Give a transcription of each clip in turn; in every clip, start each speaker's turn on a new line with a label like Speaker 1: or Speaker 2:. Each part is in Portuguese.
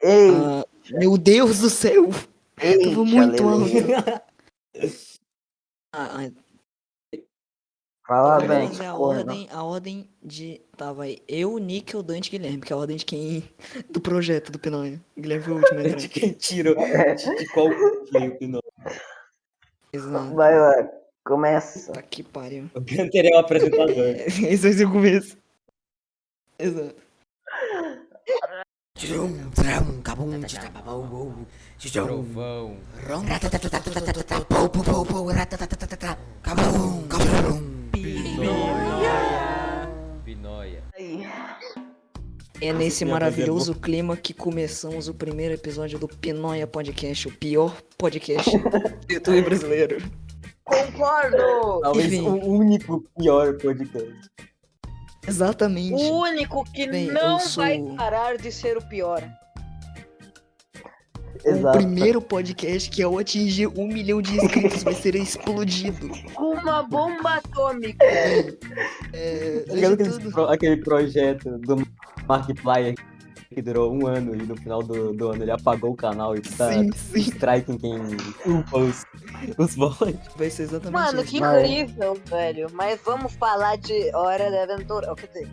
Speaker 1: Ei,
Speaker 2: Ah, meu Deus do céu!
Speaker 1: ei,
Speaker 2: Tava muito
Speaker 1: aleluia.
Speaker 2: Ah, ah,
Speaker 1: Fala
Speaker 2: vamos
Speaker 1: bem,
Speaker 2: fazer é a
Speaker 1: corno.
Speaker 2: ordem, a ordem de. Tava aí. Eu, Níquel, Dante e Guilherme, que é a ordem de quem. Do projeto do Pinanha. Guilherme foi o último a entrar.
Speaker 3: De quem tirou?
Speaker 2: É.
Speaker 3: De qual foi o Pinot?
Speaker 2: Exato.
Speaker 1: Vai lá, começa.
Speaker 2: Tá que pariu.
Speaker 3: O Gunter é o apresentador.
Speaker 2: Esse vai ser o começo. Exato.
Speaker 4: Trovão.
Speaker 5: Tá,
Speaker 4: Pinóia.
Speaker 1: Aí,
Speaker 2: É nesse
Speaker 3: Meu Deus, é
Speaker 2: maravilhoso clima que começamos o primeiro episódio do Pinóia Podcast, o pior podcast do YouTube brasileiro.
Speaker 5: Concordo!
Speaker 3: Talvez
Speaker 2: Enfim.
Speaker 3: o único pior podcast.
Speaker 2: Exatamente.
Speaker 5: O único que
Speaker 2: Bem, eu
Speaker 5: não
Speaker 2: sou-
Speaker 5: vai parar de ser o pior.
Speaker 2: O
Speaker 1: exato.
Speaker 2: primeiro podcast que ao atingir um milhão de inscritos vai ser explodido.
Speaker 5: Uma bomba atômica.
Speaker 2: É,
Speaker 3: Tá ligado
Speaker 2: de
Speaker 3: Aquele,
Speaker 2: tudo.
Speaker 3: pro- aquele projeto do Markiplier que durou um ano e no final do, do ano ele apagou o canal e tá
Speaker 2: Sim, sim.
Speaker 3: strike em quem upa os, os bots.
Speaker 2: Vai ser exatamente
Speaker 5: Mano,
Speaker 2: isso.
Speaker 5: que
Speaker 1: Vai.
Speaker 5: incrível, velho. Mas vamos falar de Hora da Aventura. Quer dizer,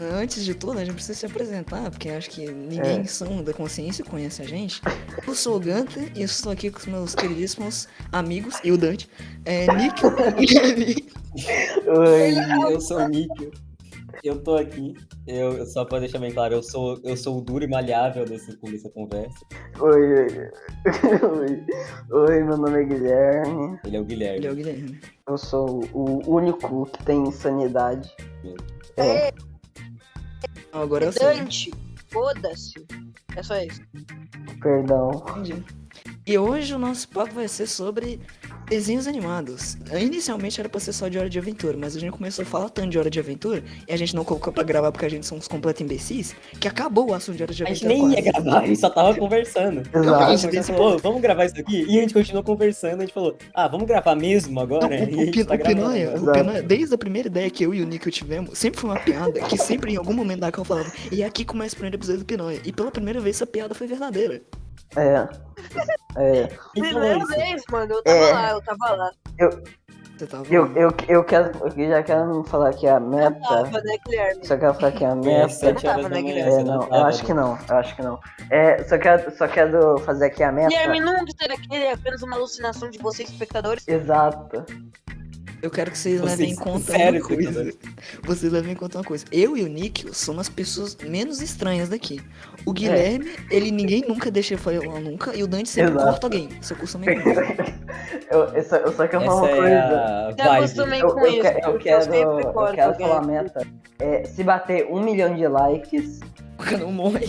Speaker 2: Antes de tudo, né, a gente precisa se apresentar, porque acho que ninguém são da consciência conhece a gente. Eu sou o Gunter e estou aqui com os meus queridíssimos amigos e o Dante. É, Nick, Guilherme.
Speaker 1: Oi,
Speaker 3: Eu sou o Nick. Eu tô aqui. Eu, eu- só pra deixar bem claro, eu sou, eu sou o duro e maleável desse, dessa conversa.
Speaker 1: oi, oi. Oi, Oi, meu nome é Guilherme.
Speaker 3: Ele é o Guilherme.
Speaker 2: Ele é o Guilherme.
Speaker 1: Eu sou o único que tem insanidade. É,
Speaker 2: Não, Então, Agora é eu sei.
Speaker 5: Dante, foda-se. É só isso.
Speaker 1: perdão.
Speaker 2: Entendi. E hoje o nosso papo vai ser sobre desenhos animados. Inicialmente era pra ser só de Hora de Aventura, mas a gente começou a falar tanto de Hora de Aventura e a gente não colocou pra gravar porque a gente são uns completos imbecis, que acabou o assunto de Hora de
Speaker 3: A gente
Speaker 2: Aventura.
Speaker 3: nem ia
Speaker 2: quase.
Speaker 3: gravar, a gente só tava conversando.
Speaker 1: Exato.
Speaker 3: A gente pensou, assim, "Pô, vamos gravar isso aqui? E a gente continuou conversando, a gente falou, ah, vamos gravar mesmo agora?
Speaker 2: Não, é. o,
Speaker 3: e a
Speaker 2: o,
Speaker 3: gente
Speaker 2: Pin-
Speaker 3: tá
Speaker 2: o
Speaker 3: gravando.
Speaker 2: Pinóia, o
Speaker 1: Exato.
Speaker 2: Pinóia, desde a primeira ideia que eu e o Nico tivemos, sempre foi uma piada que sempre em algum momento da eu falava, e aqui começa o primeiro episódio do Pinóia. E pela primeira vez essa piada foi verdadeira.
Speaker 1: É. É.
Speaker 3: Quem falou
Speaker 5: Primeira
Speaker 3: Então isso?
Speaker 5: vez, mano. Eu tava
Speaker 1: É.
Speaker 5: lá, eu tava lá.
Speaker 2: Você tá tava.
Speaker 1: Eu, eu, eu quero. Eu já quero falar que é a
Speaker 5: Eu
Speaker 1: meta.
Speaker 5: tava, né, Guilherme?
Speaker 1: Só quero falar que é a
Speaker 3: Foi às
Speaker 1: meta.
Speaker 3: É, sete
Speaker 5: tava,
Speaker 3: horas da
Speaker 5: né,
Speaker 3: manhã,
Speaker 5: Guilherme?
Speaker 3: você
Speaker 1: É, não, eu
Speaker 3: tava,
Speaker 1: acho
Speaker 3: né?
Speaker 1: que não, eu acho que não. É, só quero, só quero fazer aqui a meta.
Speaker 5: Guilherme nunca será que ele é apenas uma alucinação de vocês, espectadores.
Speaker 1: Exato.
Speaker 2: Eu quero que vocês,
Speaker 3: Vocês-
Speaker 2: levem em conta
Speaker 3: Tipo assim, sério,
Speaker 2: uma coisa.
Speaker 3: Fernando?
Speaker 2: Vocês levem em conta uma coisa. Eu e o Nick somos as pessoas menos estranhas daqui.
Speaker 3: É.
Speaker 2: O Guilherme, ele ninguém nunca deixa eu falar nunca, e o Dante sempre
Speaker 1: Exato.
Speaker 2: corta alguém. Isso custa meio coisa.
Speaker 1: Eu, eu só, eu só quero falar
Speaker 3: Essa
Speaker 1: uma
Speaker 3: é
Speaker 1: coisa.
Speaker 3: a
Speaker 5: Já
Speaker 3: vibe.
Speaker 5: acostumei
Speaker 1: Eu,
Speaker 5: com
Speaker 1: eu
Speaker 5: isso.
Speaker 1: que- eu
Speaker 5: porque
Speaker 1: quero,
Speaker 5: sempre
Speaker 1: eu
Speaker 5: corto
Speaker 1: quero
Speaker 5: alguém.
Speaker 1: falar a meta. É, se bater um milhão de likes,
Speaker 2: Nunca não morre.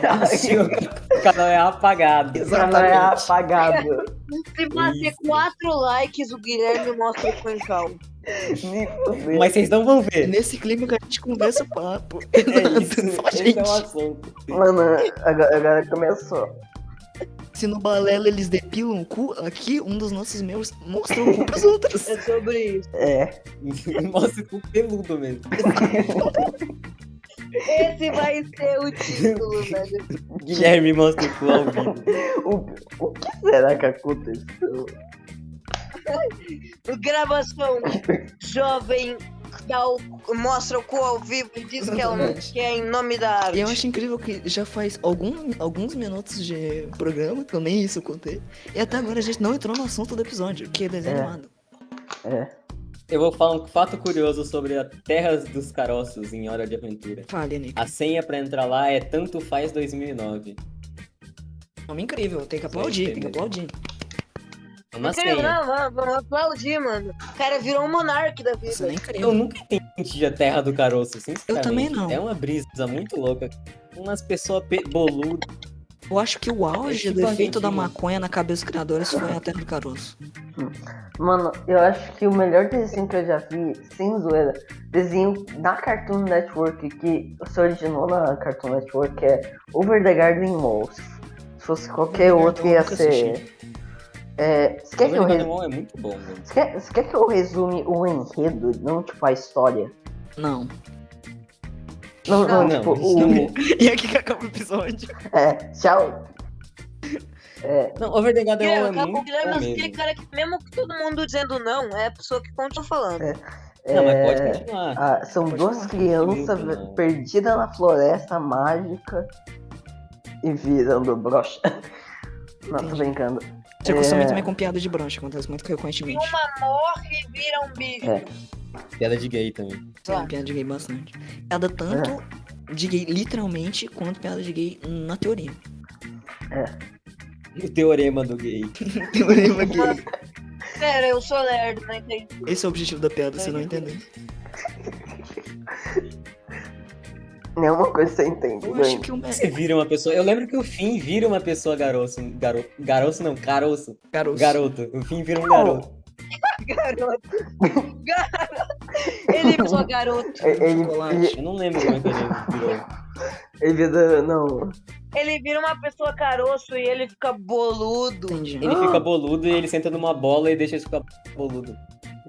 Speaker 3: Assim, O canal é apagado.
Speaker 1: o canal é apagado.
Speaker 5: Se bater
Speaker 3: Isso.
Speaker 5: quatro likes, o Guilherme mostra o quintal.
Speaker 1: Me fudeu.
Speaker 3: Mas vocês não vão
Speaker 2: É
Speaker 3: ver.
Speaker 2: nesse clima que a gente conversa o papo.
Speaker 3: É isso.
Speaker 2: Só
Speaker 3: Esse é o
Speaker 2: gente.
Speaker 3: assunto.
Speaker 1: Mano, agora, agora começou.
Speaker 2: Se no balela eles depilam o cu, aqui um dos nossos meus mostra o cu pros outros.
Speaker 5: É sobre isso.
Speaker 1: É.
Speaker 3: Nossa, ficou peludo mesmo.
Speaker 5: Esse vai ser o título, velho.
Speaker 3: Guilherme mostra o cu ao vivo.
Speaker 1: O, o que será que aconteceu?
Speaker 5: Gravação. Jovem dá o- mostra o cu ao vivo e diz que é, um- que é em nome da arte.
Speaker 2: E eu acho incrível que já faz algum- alguns minutos de programa, que eu nem isso eu contei, e até agora a gente não entrou no assunto do episódio, que é desenho
Speaker 1: É.
Speaker 2: animado.
Speaker 1: É.
Speaker 3: Eu vou falar um fato curioso sobre a Terras dos Caroços em Hora de Aventura.
Speaker 2: Fale, Nick.
Speaker 3: A senha pra entrar lá é Tanto Faz 2009.
Speaker 2: É um Nome incrível, tem que aplaudir, tem que aplaudir.
Speaker 3: É uma
Speaker 5: Incrível,
Speaker 3: senha.
Speaker 5: não, vamos, vamos aplaudir, mano. O cara virou um monarca da
Speaker 2: Isso não é
Speaker 3: Eu
Speaker 5: vida.
Speaker 2: incrível.
Speaker 3: nunca entendi a Terra do Caroço, sinceramente.
Speaker 2: Eu também não.
Speaker 3: É uma brisa muito louca. Umas pessoas pe- boludas.
Speaker 2: Eu acho que o auge
Speaker 3: É
Speaker 2: do
Speaker 3: tipo
Speaker 2: efeito da
Speaker 3: argentino.
Speaker 2: maconha na cabeça dos criadores foi a Terra do Caroço.
Speaker 1: Mano, eu acho que o melhor desenho que eu já vi, sem zoeira, desenho da Cartoon Network, que se originou na Cartoon Network, é Over the Garden Wall. Se fosse qualquer
Speaker 2: Verdade,
Speaker 1: outro, ia
Speaker 2: nunca
Speaker 1: ser.
Speaker 2: assisti.
Speaker 1: É, você, quer que eu
Speaker 3: Overman
Speaker 1: re-
Speaker 3: Mall é muito bom, velho.
Speaker 1: você quer- você quer que eu resume o enredo, não tipo a história?
Speaker 2: Não.
Speaker 1: Não, não,
Speaker 3: Não,
Speaker 1: tipo,
Speaker 3: isso
Speaker 1: o.
Speaker 3: não
Speaker 2: E aqui que acaba o episódio.
Speaker 1: É, tchau. É,
Speaker 3: Não, Over the God é
Speaker 5: Guilherme,
Speaker 3: um é
Speaker 5: o
Speaker 3: muito
Speaker 5: Guilherme é
Speaker 3: bom
Speaker 5: aquele
Speaker 3: mesmo.
Speaker 5: cara que, mesmo que todo mundo dizendo não, é a pessoa que continua falando.
Speaker 1: É.
Speaker 3: Não, mas pode
Speaker 1: é,
Speaker 3: continuar.
Speaker 1: ah, são
Speaker 3: Pode
Speaker 1: duas
Speaker 3: falar.
Speaker 1: crianças
Speaker 3: Meu Deus.
Speaker 1: perdidas na floresta mágica e virando brocha. Não, tô
Speaker 2: Entendi.
Speaker 1: brincando.
Speaker 2: Te acostumei
Speaker 1: É.
Speaker 3: né?
Speaker 2: também com piada de brocha, acontece muito frequentemente.
Speaker 5: Morre e vira um bicho.
Speaker 1: É.
Speaker 3: Piada de gay também.
Speaker 5: Sei lá.
Speaker 2: Tem piada de gay bastante. Piada tanto de gay literalmente, quanto piada de gay na teoria.
Speaker 3: O teorema do gay.
Speaker 2: Teorema gay.
Speaker 5: Sério, eu sou lerdo, não entendi.
Speaker 2: Esse é o objetivo da piada, você não entendeu.
Speaker 1: Nenhuma coisa você entende,
Speaker 2: Eu
Speaker 1: Dani.
Speaker 2: acho que o me-
Speaker 3: Você vira uma pessoa. Eu lembro que o Finn vira uma pessoa garoto. Garo... Garoto não, caroço.
Speaker 2: Caroço.
Speaker 3: Garoto. O Finn vira um garoto.
Speaker 5: Garoto. Garoto. Ele virou garoto.
Speaker 1: Ele, ele, ele,
Speaker 3: Eu não lembro como é que ele virou.
Speaker 1: ele vira- Não.
Speaker 5: Ele vira uma pessoa caroço e ele fica boludo.
Speaker 2: Entendi.
Speaker 1: Ah.
Speaker 3: Ele fica boludo e ele senta numa bola e deixa ele ficar boludo.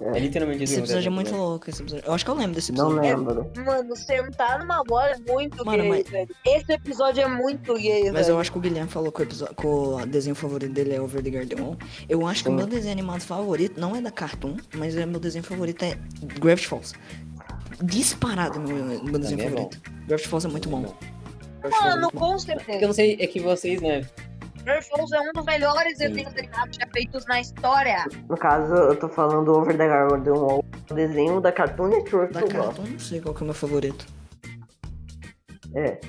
Speaker 3: É literalmente isso
Speaker 2: Esse
Speaker 3: que
Speaker 2: episódio
Speaker 3: acontece,
Speaker 2: é muito
Speaker 3: né?
Speaker 2: louco, esse episódio. Eu acho que eu lembro desse
Speaker 1: Não
Speaker 2: episódio.
Speaker 1: lembro.
Speaker 5: Mano, sentar numa bola é muito
Speaker 2: Mano,
Speaker 5: gay,
Speaker 2: mas-
Speaker 5: velho. Esse episódio é muito gay,
Speaker 2: Mas
Speaker 5: velho.
Speaker 2: eu acho que o Guilherme falou que o, episo- que o desenho favorito dele é Over the Garden Wall. Eu acho que o
Speaker 1: Sim.
Speaker 2: meu desenho animado favorito não é da Cartoon, mas é meu desenho favorito é Gravity Falls. Disparado meu, meu desenho
Speaker 3: Também é
Speaker 2: favorito. Gravity Falls é muito bom.
Speaker 3: Não.
Speaker 2: Gravity Falls é
Speaker 5: Mano,
Speaker 2: muito bom.
Speaker 5: com
Speaker 3: Porque eu
Speaker 5: certeza.
Speaker 3: não sei, é que vocês, né?
Speaker 5: Earthfalls é um dos melhores
Speaker 3: Sim.
Speaker 5: desenhos animados já feitos na história.
Speaker 1: No caso, eu tô falando Over the Garden Wall, o desenho da Cartoon Network que
Speaker 2: Da
Speaker 1: eu gosto.
Speaker 2: Cartoon, eu não sei qual que é o meu favorito.
Speaker 1: É.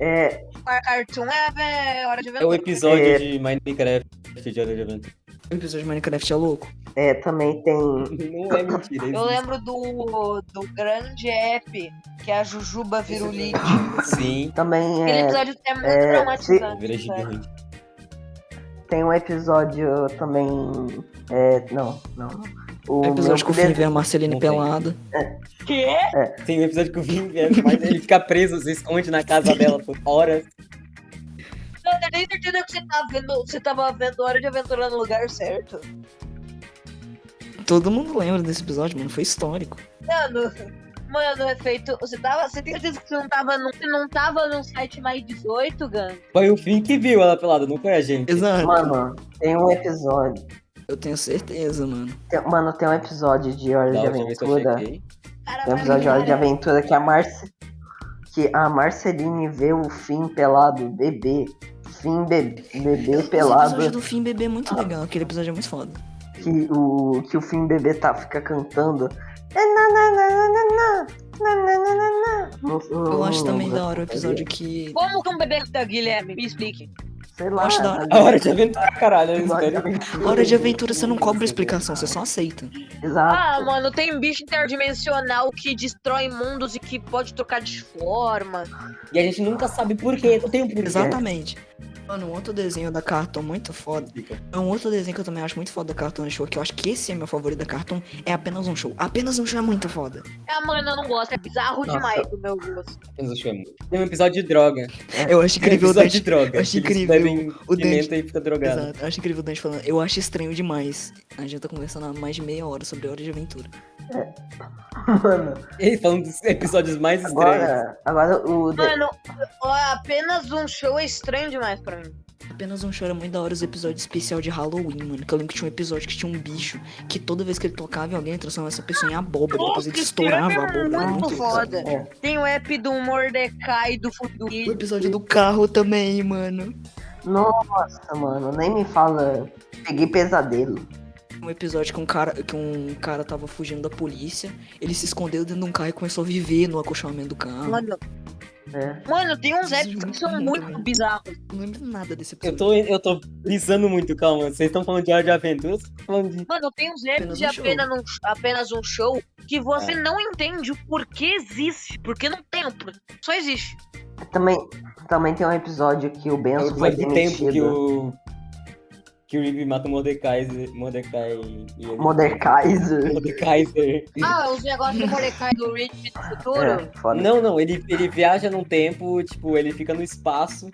Speaker 1: É,
Speaker 5: Car- Cartoon é, é hora de ver.
Speaker 3: É o episódio
Speaker 1: É.
Speaker 3: de Minecraft de Hora de Aventura.
Speaker 2: O episódio de Minecraft é louco.
Speaker 1: é, também tem
Speaker 3: Não é mentira.
Speaker 5: Eu
Speaker 3: existe.
Speaker 5: lembro do, do grande app, que é a Jujuba Virulite.
Speaker 3: Sim.
Speaker 1: Também
Speaker 5: Aquele
Speaker 1: é,
Speaker 5: episódio é muito
Speaker 1: é,
Speaker 5: traumatizante.
Speaker 3: Vira
Speaker 5: velho.
Speaker 3: gigante.
Speaker 1: tem um episódio também. É, não, não. O
Speaker 2: O episódio que o
Speaker 1: meu
Speaker 2: Finn
Speaker 1: de-
Speaker 2: vê a Marceline
Speaker 3: Não tem.
Speaker 2: pelada.
Speaker 5: Quê?
Speaker 3: Tem um episódio que o Vim é, mas ele fica preso, se esconde na casa dela por horas.
Speaker 5: Eu tenho nem certeza que você tá vendo. Você tava vendo Hora de Aventura no lugar certo.
Speaker 2: Todo mundo lembra desse episódio, mano. Foi histórico.
Speaker 5: Mano. Mano, é feito. Você tava. Você tem certeza que você não tava num. Você não tava num site mais 18, Gan?
Speaker 3: Foi o Finn que viu ela pelada, não foi a gente.
Speaker 2: Exato.
Speaker 1: Mano, tem um episódio.
Speaker 2: Eu tenho certeza, mano.
Speaker 1: tem- mano, tem um episódio de Hora de
Speaker 3: Da última vez que Tá, eu
Speaker 1: Aventura.
Speaker 3: chequei.
Speaker 5: Cara,
Speaker 1: Tem um
Speaker 5: vai
Speaker 1: episódio de Hora de
Speaker 5: parar.
Speaker 1: Aventura que a Marce. Que a Marceline vê o Fim pelado, bebê. Fim bebê, bebê
Speaker 2: Esse episódio
Speaker 1: pelado.
Speaker 2: do Finn bebê é muito legal. Aquele episódio é muito foda.
Speaker 1: Que o, que o Fim bebê tá, fica cantando. É, na, na, na, na, na, na, na, na, na, na. Não- não-
Speaker 2: Eu acho
Speaker 1: não
Speaker 2: também
Speaker 1: lembro.
Speaker 2: da hora o episódio que.
Speaker 5: Como que um bebê tá, Guilherme? Me explique.
Speaker 1: Sei lá. tá
Speaker 2: acho da hora.
Speaker 3: A Hora de Aventura, caralho. eu
Speaker 1: Hora de
Speaker 3: espero-
Speaker 1: Aventura.
Speaker 2: Hora de aventura você não cobra explicação, você só aceita.
Speaker 5: Ah,
Speaker 1: Exato.
Speaker 5: mano, tem bicho interdimensional que destrói mundos e que pode trocar de forma.
Speaker 3: E a gente nunca sabe por quê. Não tem um porquê.
Speaker 2: Exatamente. Mano, um outro desenho da Cartoon muito foda. É um outro desenho que eu também acho muito foda da Cartoon Show, que eu acho que esse é meu favorito da Cartoon, é apenas um show. Apenas um show é muito foda.
Speaker 5: Ah, mano, eu não gosto. É bizarro
Speaker 1: Nossa.
Speaker 5: demais do meu gosto.
Speaker 3: Mas eu chamo. Tem um episódio de droga.
Speaker 2: Eu acho incrível o
Speaker 3: É. episódio de
Speaker 2: Dante.
Speaker 3: droga.
Speaker 2: eu acho
Speaker 3: que eles
Speaker 2: incrível
Speaker 3: bebem
Speaker 2: o
Speaker 3: pimenta e fica drogado.
Speaker 2: Exato, eu acho incrível o Dante falando. Eu acho estranho demais. A gente tá conversando há mais de meia hora sobre Hora de Aventura.
Speaker 5: Ah,
Speaker 1: Mano,
Speaker 3: Ele falando dos episódios mais estranhos.
Speaker 1: agora, agora o.
Speaker 5: Mano, ó, apenas um show é estranho demais pra mim.
Speaker 2: Apenas um show era muito da hora os episódios especial de Halloween, mano. Que eu lembro que tinha um episódio que tinha um bicho que toda vez que ele tocava em alguém, ele transformava essa pessoa em abóbora. Depois ele estourava a abóbora. Era
Speaker 5: Oh, muito foda.
Speaker 1: É.
Speaker 5: Tem o app do Mordecai do
Speaker 2: O
Speaker 5: futuro.
Speaker 2: episódio do carro também, mano.
Speaker 1: Nossa, mano, nem me fala. Peguei pesadelo.
Speaker 2: Um episódio que um cara, que um cara tava fugindo da polícia, ele se escondeu dentro de um carro e começou a viver no acolchamento do carro.
Speaker 5: Mano,
Speaker 1: né?
Speaker 5: mano, tem uns
Speaker 2: Esses
Speaker 5: apps que
Speaker 2: muito
Speaker 5: são
Speaker 2: bom
Speaker 5: muito
Speaker 2: também.
Speaker 5: bizarros.
Speaker 2: Não lembro nada desse
Speaker 3: Eu
Speaker 2: episódio.
Speaker 3: tô, eu tô brisando muito, calma. Vocês estão falando de Hora de Aventura? Vocês estão falando de...
Speaker 5: Mano, tem uns apps
Speaker 2: Apenas
Speaker 5: de
Speaker 2: um show.
Speaker 5: apenas um, apenas um show que você não entende o porquê existe. Porque não tem, um porquê, só existe.
Speaker 1: Também, também tem um episódio que o
Speaker 3: É o
Speaker 1: Benzo foi
Speaker 3: episódio de tempo que
Speaker 1: demitido.
Speaker 3: o... Que o Rigby mata o Mordecai, Mordecai e ele...
Speaker 1: Moderkaiser.
Speaker 3: Mordecaiser.
Speaker 5: Ah, os negócios do Mordecai do Rich do futuro.
Speaker 1: É, foda.
Speaker 3: Não, não, ele, ele viaja num tempo, tipo, ele fica no espaço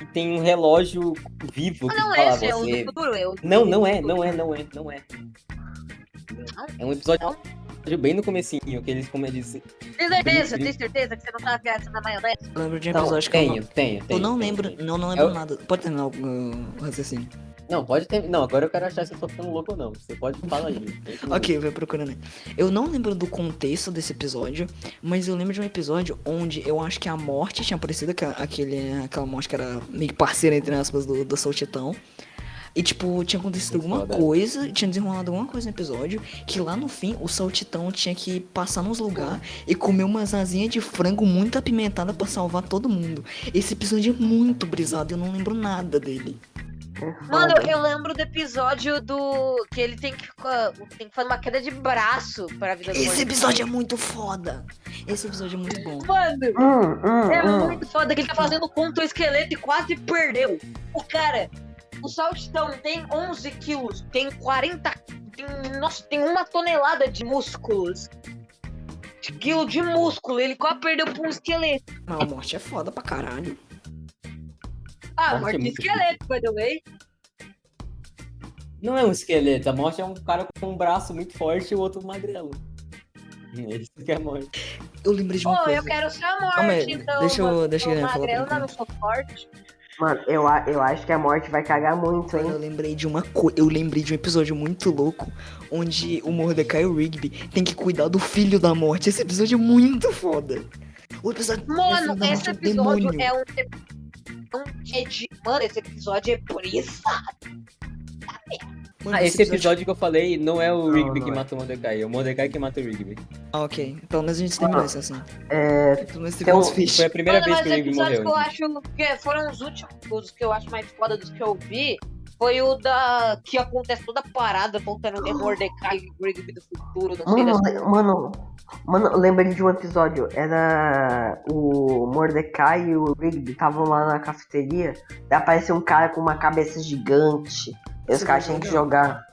Speaker 3: e tem um relógio vivo que
Speaker 5: Não,
Speaker 3: fala
Speaker 5: esse é
Speaker 3: Ah,
Speaker 5: o
Speaker 3: você.
Speaker 5: do futuro. É o do
Speaker 3: Não, não é, não é, não é, não é.
Speaker 5: Não?
Speaker 3: É um episódio episódio bem no comecinho, que eles como eles.
Speaker 5: Tem certeza, tem certeza que você não tá viajando na maionese?
Speaker 2: Eu lembro de um
Speaker 3: Não,
Speaker 2: episódio que eu
Speaker 3: Tá tenho,
Speaker 2: não...
Speaker 3: tenho,
Speaker 2: Eu
Speaker 3: tenho,
Speaker 2: não
Speaker 3: tenho, É
Speaker 2: lembro,
Speaker 3: tenho.
Speaker 2: não, não lembro
Speaker 3: Eu-
Speaker 2: nada. Pode terminar o, o raciocínio.
Speaker 3: Não, pode ter. Não, agora eu quero achar se eu tô ficando louco ou não. Você pode falar aí.
Speaker 2: Ok, vai procurando aí. né? Eu não lembro do contexto desse episódio, mas eu lembro de um episódio onde eu acho que a morte tinha aparecido, aquela, aquele, aquela morte que era meio parceira, entre aspas, do, do Saltitão. E, tipo, tinha acontecido
Speaker 3: Muito
Speaker 2: alguma
Speaker 3: foda.
Speaker 2: coisa, tinha desenrolado alguma coisa no episódio, que lá no fim o Saltitão tinha que passar nos lugares e comer umas asinhas de frango muito apimentada pra salvar todo mundo. Esse episódio é muito brisado, eu não lembro nada dele.
Speaker 5: Mano, eu, eu lembro do episódio do. que ele tem que, ficar- tem que fazer uma queda de braço pra vida do
Speaker 2: Esse
Speaker 5: Mordecai.
Speaker 2: episódio é muito foda! Esse episódio é muito bom.
Speaker 5: Mano,
Speaker 1: Hum, hum,
Speaker 5: É
Speaker 1: hum.
Speaker 5: muito foda que ele tá fazendo contra o esqueleto e quase perdeu. O cara, o Saltitão tem 11 quilos, tem 40. Tem, nossa, tem uma tonelada de músculos. De quilo de músculo, ele quase perdeu pra um esqueleto.
Speaker 2: Mas a morte é foda pra caralho.
Speaker 5: Ah,
Speaker 3: Nossa,
Speaker 5: morte
Speaker 3: é
Speaker 5: de
Speaker 3: muito
Speaker 5: esqueleto, by the way.
Speaker 3: Não é um esqueleto, a morte é um cara com um braço muito forte e o outro magrelo. É isso que é a morte.
Speaker 2: Eu lembrei de uma
Speaker 5: Oh,
Speaker 2: coisa.
Speaker 5: eu quero ser a morte,
Speaker 2: Calma aí,
Speaker 5: então.
Speaker 2: deixa eu-
Speaker 5: mas
Speaker 2: deixa
Speaker 5: eu
Speaker 2: eu
Speaker 5: sou
Speaker 2: falar
Speaker 5: magrelo,
Speaker 2: pra
Speaker 5: mas não sou forte.
Speaker 1: Mano, eu, a- eu acho que a morte vai cagar muito,
Speaker 2: Mano, Eu
Speaker 1: hein?
Speaker 2: lembrei de uma coisa. Eu lembrei de um episódio muito louco onde o Mordecai Rigby tem que cuidar do filho da morte. Esse episódio é muito foda. O episódio do filho
Speaker 5: Mano,
Speaker 2: da
Speaker 5: esse
Speaker 2: morte é um
Speaker 5: episódio
Speaker 2: demônio.
Speaker 5: é um. um- É de... Mano, esse episódio é por isso.
Speaker 2: Mano,
Speaker 3: Ah, esse episódio que eu falei não é o
Speaker 1: Não,
Speaker 3: Rigby
Speaker 1: não
Speaker 3: que
Speaker 1: é.
Speaker 3: mata o Mordecai, é o Mordecai que mata o Rigby.
Speaker 2: Ah, ok. Pelo menos a gente terminou isso assim.
Speaker 1: É,
Speaker 2: Pelo menos
Speaker 1: Então,
Speaker 2: teve uns fish.
Speaker 3: Foi a primeira
Speaker 5: Mano,
Speaker 3: vez
Speaker 5: mas
Speaker 3: que o Rigby
Speaker 5: episódios
Speaker 3: morreu. né?
Speaker 5: que eu acho que foram os últimos os que eu acho mais foda dos que eu vi. Foi o da. que acontece toda a parada voltando de Mordecai e Rigby do futuro, não sei
Speaker 1: mano,
Speaker 2: é
Speaker 5: das
Speaker 1: le- mano, mano, eu lembrei de um episódio. Era o Mordecai e o Rigby estavam lá na cafeteria. Daí apareceu um cara com uma cabeça gigante. E os
Speaker 2: Você
Speaker 1: caras
Speaker 2: vai
Speaker 1: tinham que
Speaker 2: jogar?
Speaker 1: jogar.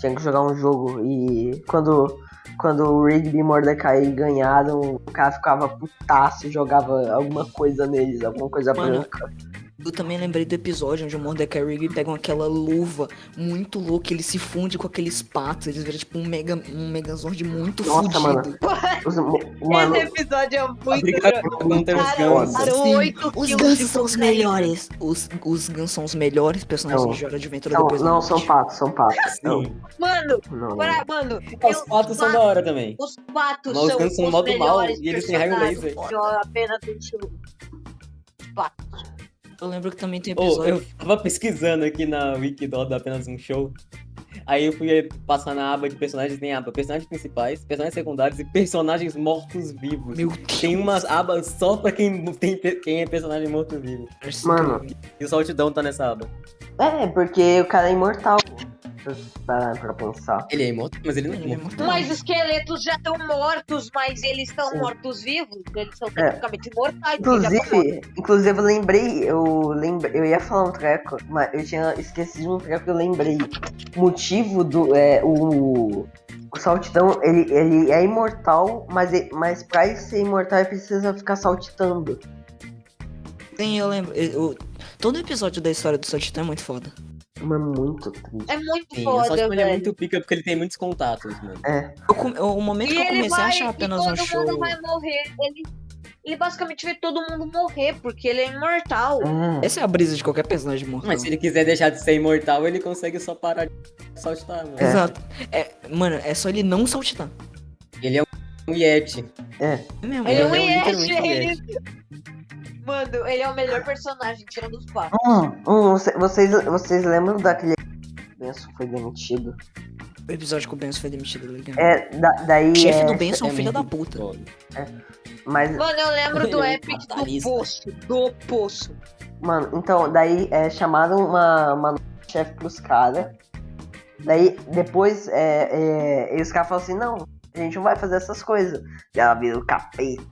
Speaker 1: Tinham que jogar um jogo. E quando, quando o Rigby e Mordecai ganharam, o cara ficava putaço e jogava alguma coisa neles, alguma coisa
Speaker 2: Mano,
Speaker 1: branca.
Speaker 2: Eu também lembrei do episódio onde o Mordecai e o Rigby pegam aquela luva muito louca, ele se funde com aqueles patos, eles viram tipo um, mega, um megazord muito
Speaker 1: Nossa,
Speaker 2: fudido.
Speaker 1: mano. Os, mo- mano,
Speaker 5: Esse episódio é muito.
Speaker 3: Obrigado por não ter os
Speaker 5: Cara,
Speaker 3: gansos.
Speaker 5: cara,
Speaker 2: Sim,
Speaker 5: oito
Speaker 2: Os
Speaker 5: quilos de
Speaker 2: Guns são os
Speaker 5: cocaína.
Speaker 2: melhores. Os, os Guns são os melhores personagens
Speaker 1: Não.
Speaker 2: de Hora de Aventura
Speaker 1: não,
Speaker 2: depois da
Speaker 1: não,
Speaker 2: morte.
Speaker 1: são patos, são patos. Não,
Speaker 3: Sim.
Speaker 5: Mano,
Speaker 1: não, não.
Speaker 5: pra, mano,
Speaker 3: Os patos são da hora também.
Speaker 5: os patos
Speaker 3: Mas os
Speaker 5: são
Speaker 3: Guns são
Speaker 5: os
Speaker 3: mó do mal
Speaker 5: melhores
Speaker 3: e eles têm raio
Speaker 5: personagens
Speaker 3: laser.
Speaker 5: que Eu apenas estilo. Patos.
Speaker 2: Eu lembro que também tem um
Speaker 3: Ô,
Speaker 2: episódio.
Speaker 3: eu tava pesquisando aqui na Wikidó do apenas um show. Aí eu fui passar na aba de personagens, tem aba personagens principais, personagens secundários e personagens mortos-vivos.
Speaker 2: Meu Deus.
Speaker 3: Tem umas abas só pra quem, tem, pe- quem é personagem morto-vivo.
Speaker 1: Mano,
Speaker 3: E o Saltidão tá nessa aba.
Speaker 1: É, porque o cara é imortal. Se você parar pra pensar.
Speaker 3: Ele é imortal, mas ele não é
Speaker 2: Ele é
Speaker 3: morto.
Speaker 2: mortal.
Speaker 5: Mas os esqueletos já estão mortos, mas eles estão mortos vivos. Eles são tecnicamente mortais. porque já estão
Speaker 1: Inclusive, inclusive eu lembrei, eu lembrei, eu ia falar um treco, mas eu tinha esquecido um treco que eu lembrei. O motivo do. É, o, o saltitão, ele, ele é imortal, mas, ele- mas pra ele ser imortal ele precisa ficar saltitando.
Speaker 2: Sim, eu lembro. Eu- eu- todo episódio da história do Sotitã é muito foda.
Speaker 1: Mas muito triste.
Speaker 5: É muito
Speaker 3: Sim, o
Speaker 5: foda,
Speaker 3: Saltidão
Speaker 5: velho.
Speaker 3: ele é muito pica porque ele tem muitos contatos, mano.
Speaker 2: Eu come- eu- o momento que eu comecei a achar apenas
Speaker 5: e
Speaker 2: um
Speaker 5: todo
Speaker 2: show.
Speaker 5: mundo vai morrer. Ele, ele basicamente vê todo mundo morrer, porque ele é imortal.
Speaker 1: É.
Speaker 2: Essa é a brisa de qualquer personagem morto.
Speaker 3: Mas se ele quiser deixar de ser imortal, ele consegue só parar de saltitar, mano.
Speaker 2: Exato. É, mano, é só ele não saltitar.
Speaker 3: Ele é um Yeti.
Speaker 2: É mesmo.
Speaker 5: Ele é um
Speaker 3: Ele é
Speaker 5: Yeti.
Speaker 3: literalmente
Speaker 5: ele- Mano, ele é o melhor personagem, tirando os papos.
Speaker 1: Hum, hum, você- vocês, vocês lembram daquele. Benção foi demitido.
Speaker 2: O episódio que o Benson foi demitido, legal.
Speaker 1: É, da, daí.
Speaker 2: O chefe
Speaker 1: é,
Speaker 2: do Benson é um
Speaker 3: é
Speaker 2: filho da
Speaker 3: muito
Speaker 2: puta.
Speaker 1: mas
Speaker 5: Mano, eu lembro
Speaker 3: Ele é
Speaker 5: do
Speaker 3: um
Speaker 5: Epic do
Speaker 3: fatalista.
Speaker 5: Poço. Do Poço.
Speaker 1: Mano, então, daí é, chamaram uma, uma nova chefe pros caras. Daí, depois, é, é, e os caras falaram assim, não, a gente não vai fazer essas coisas. E ela vira o capeta.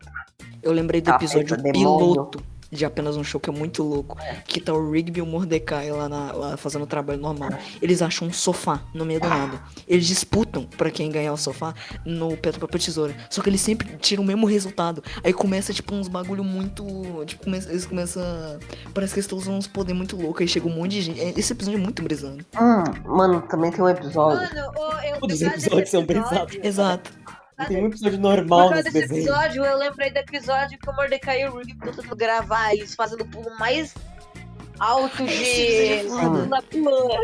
Speaker 2: Eu lembrei do
Speaker 1: Capeta,
Speaker 2: episódio
Speaker 1: demônio.
Speaker 2: piloto de apenas um show que é muito louco. Que tá o Rigby e o Mordecai lá, na- lá fazendo o trabalho normal. Eles acham um sofá no meio do nada. Eles disputam pra quem ganhar o sofá no Pedro Papel Tesoura. Só que eles sempre tiram o mesmo resultado. Aí começa, tipo, uns bagulho muito. Tipo, começa- eles começam. a- Parece que eles estão usando uns poderes muito loucos. Aí chega um monte de gente. É- Esse episódio é muito brisando.
Speaker 1: Hum, mano, também tem um episódio.
Speaker 5: Mano, ô, eu
Speaker 3: Todos os
Speaker 5: eu gosto desse
Speaker 3: episódios são
Speaker 5: episódio.
Speaker 3: pensados.
Speaker 2: Exato.
Speaker 3: Tem muito episódio normal
Speaker 5: Por causa
Speaker 3: nesse
Speaker 5: desse
Speaker 3: desenho.
Speaker 5: episódio, eu lembrei do episódio que o Mordecai e o Rigby estão tentando gravar eles fazendo o pulo mais alto de. da plana.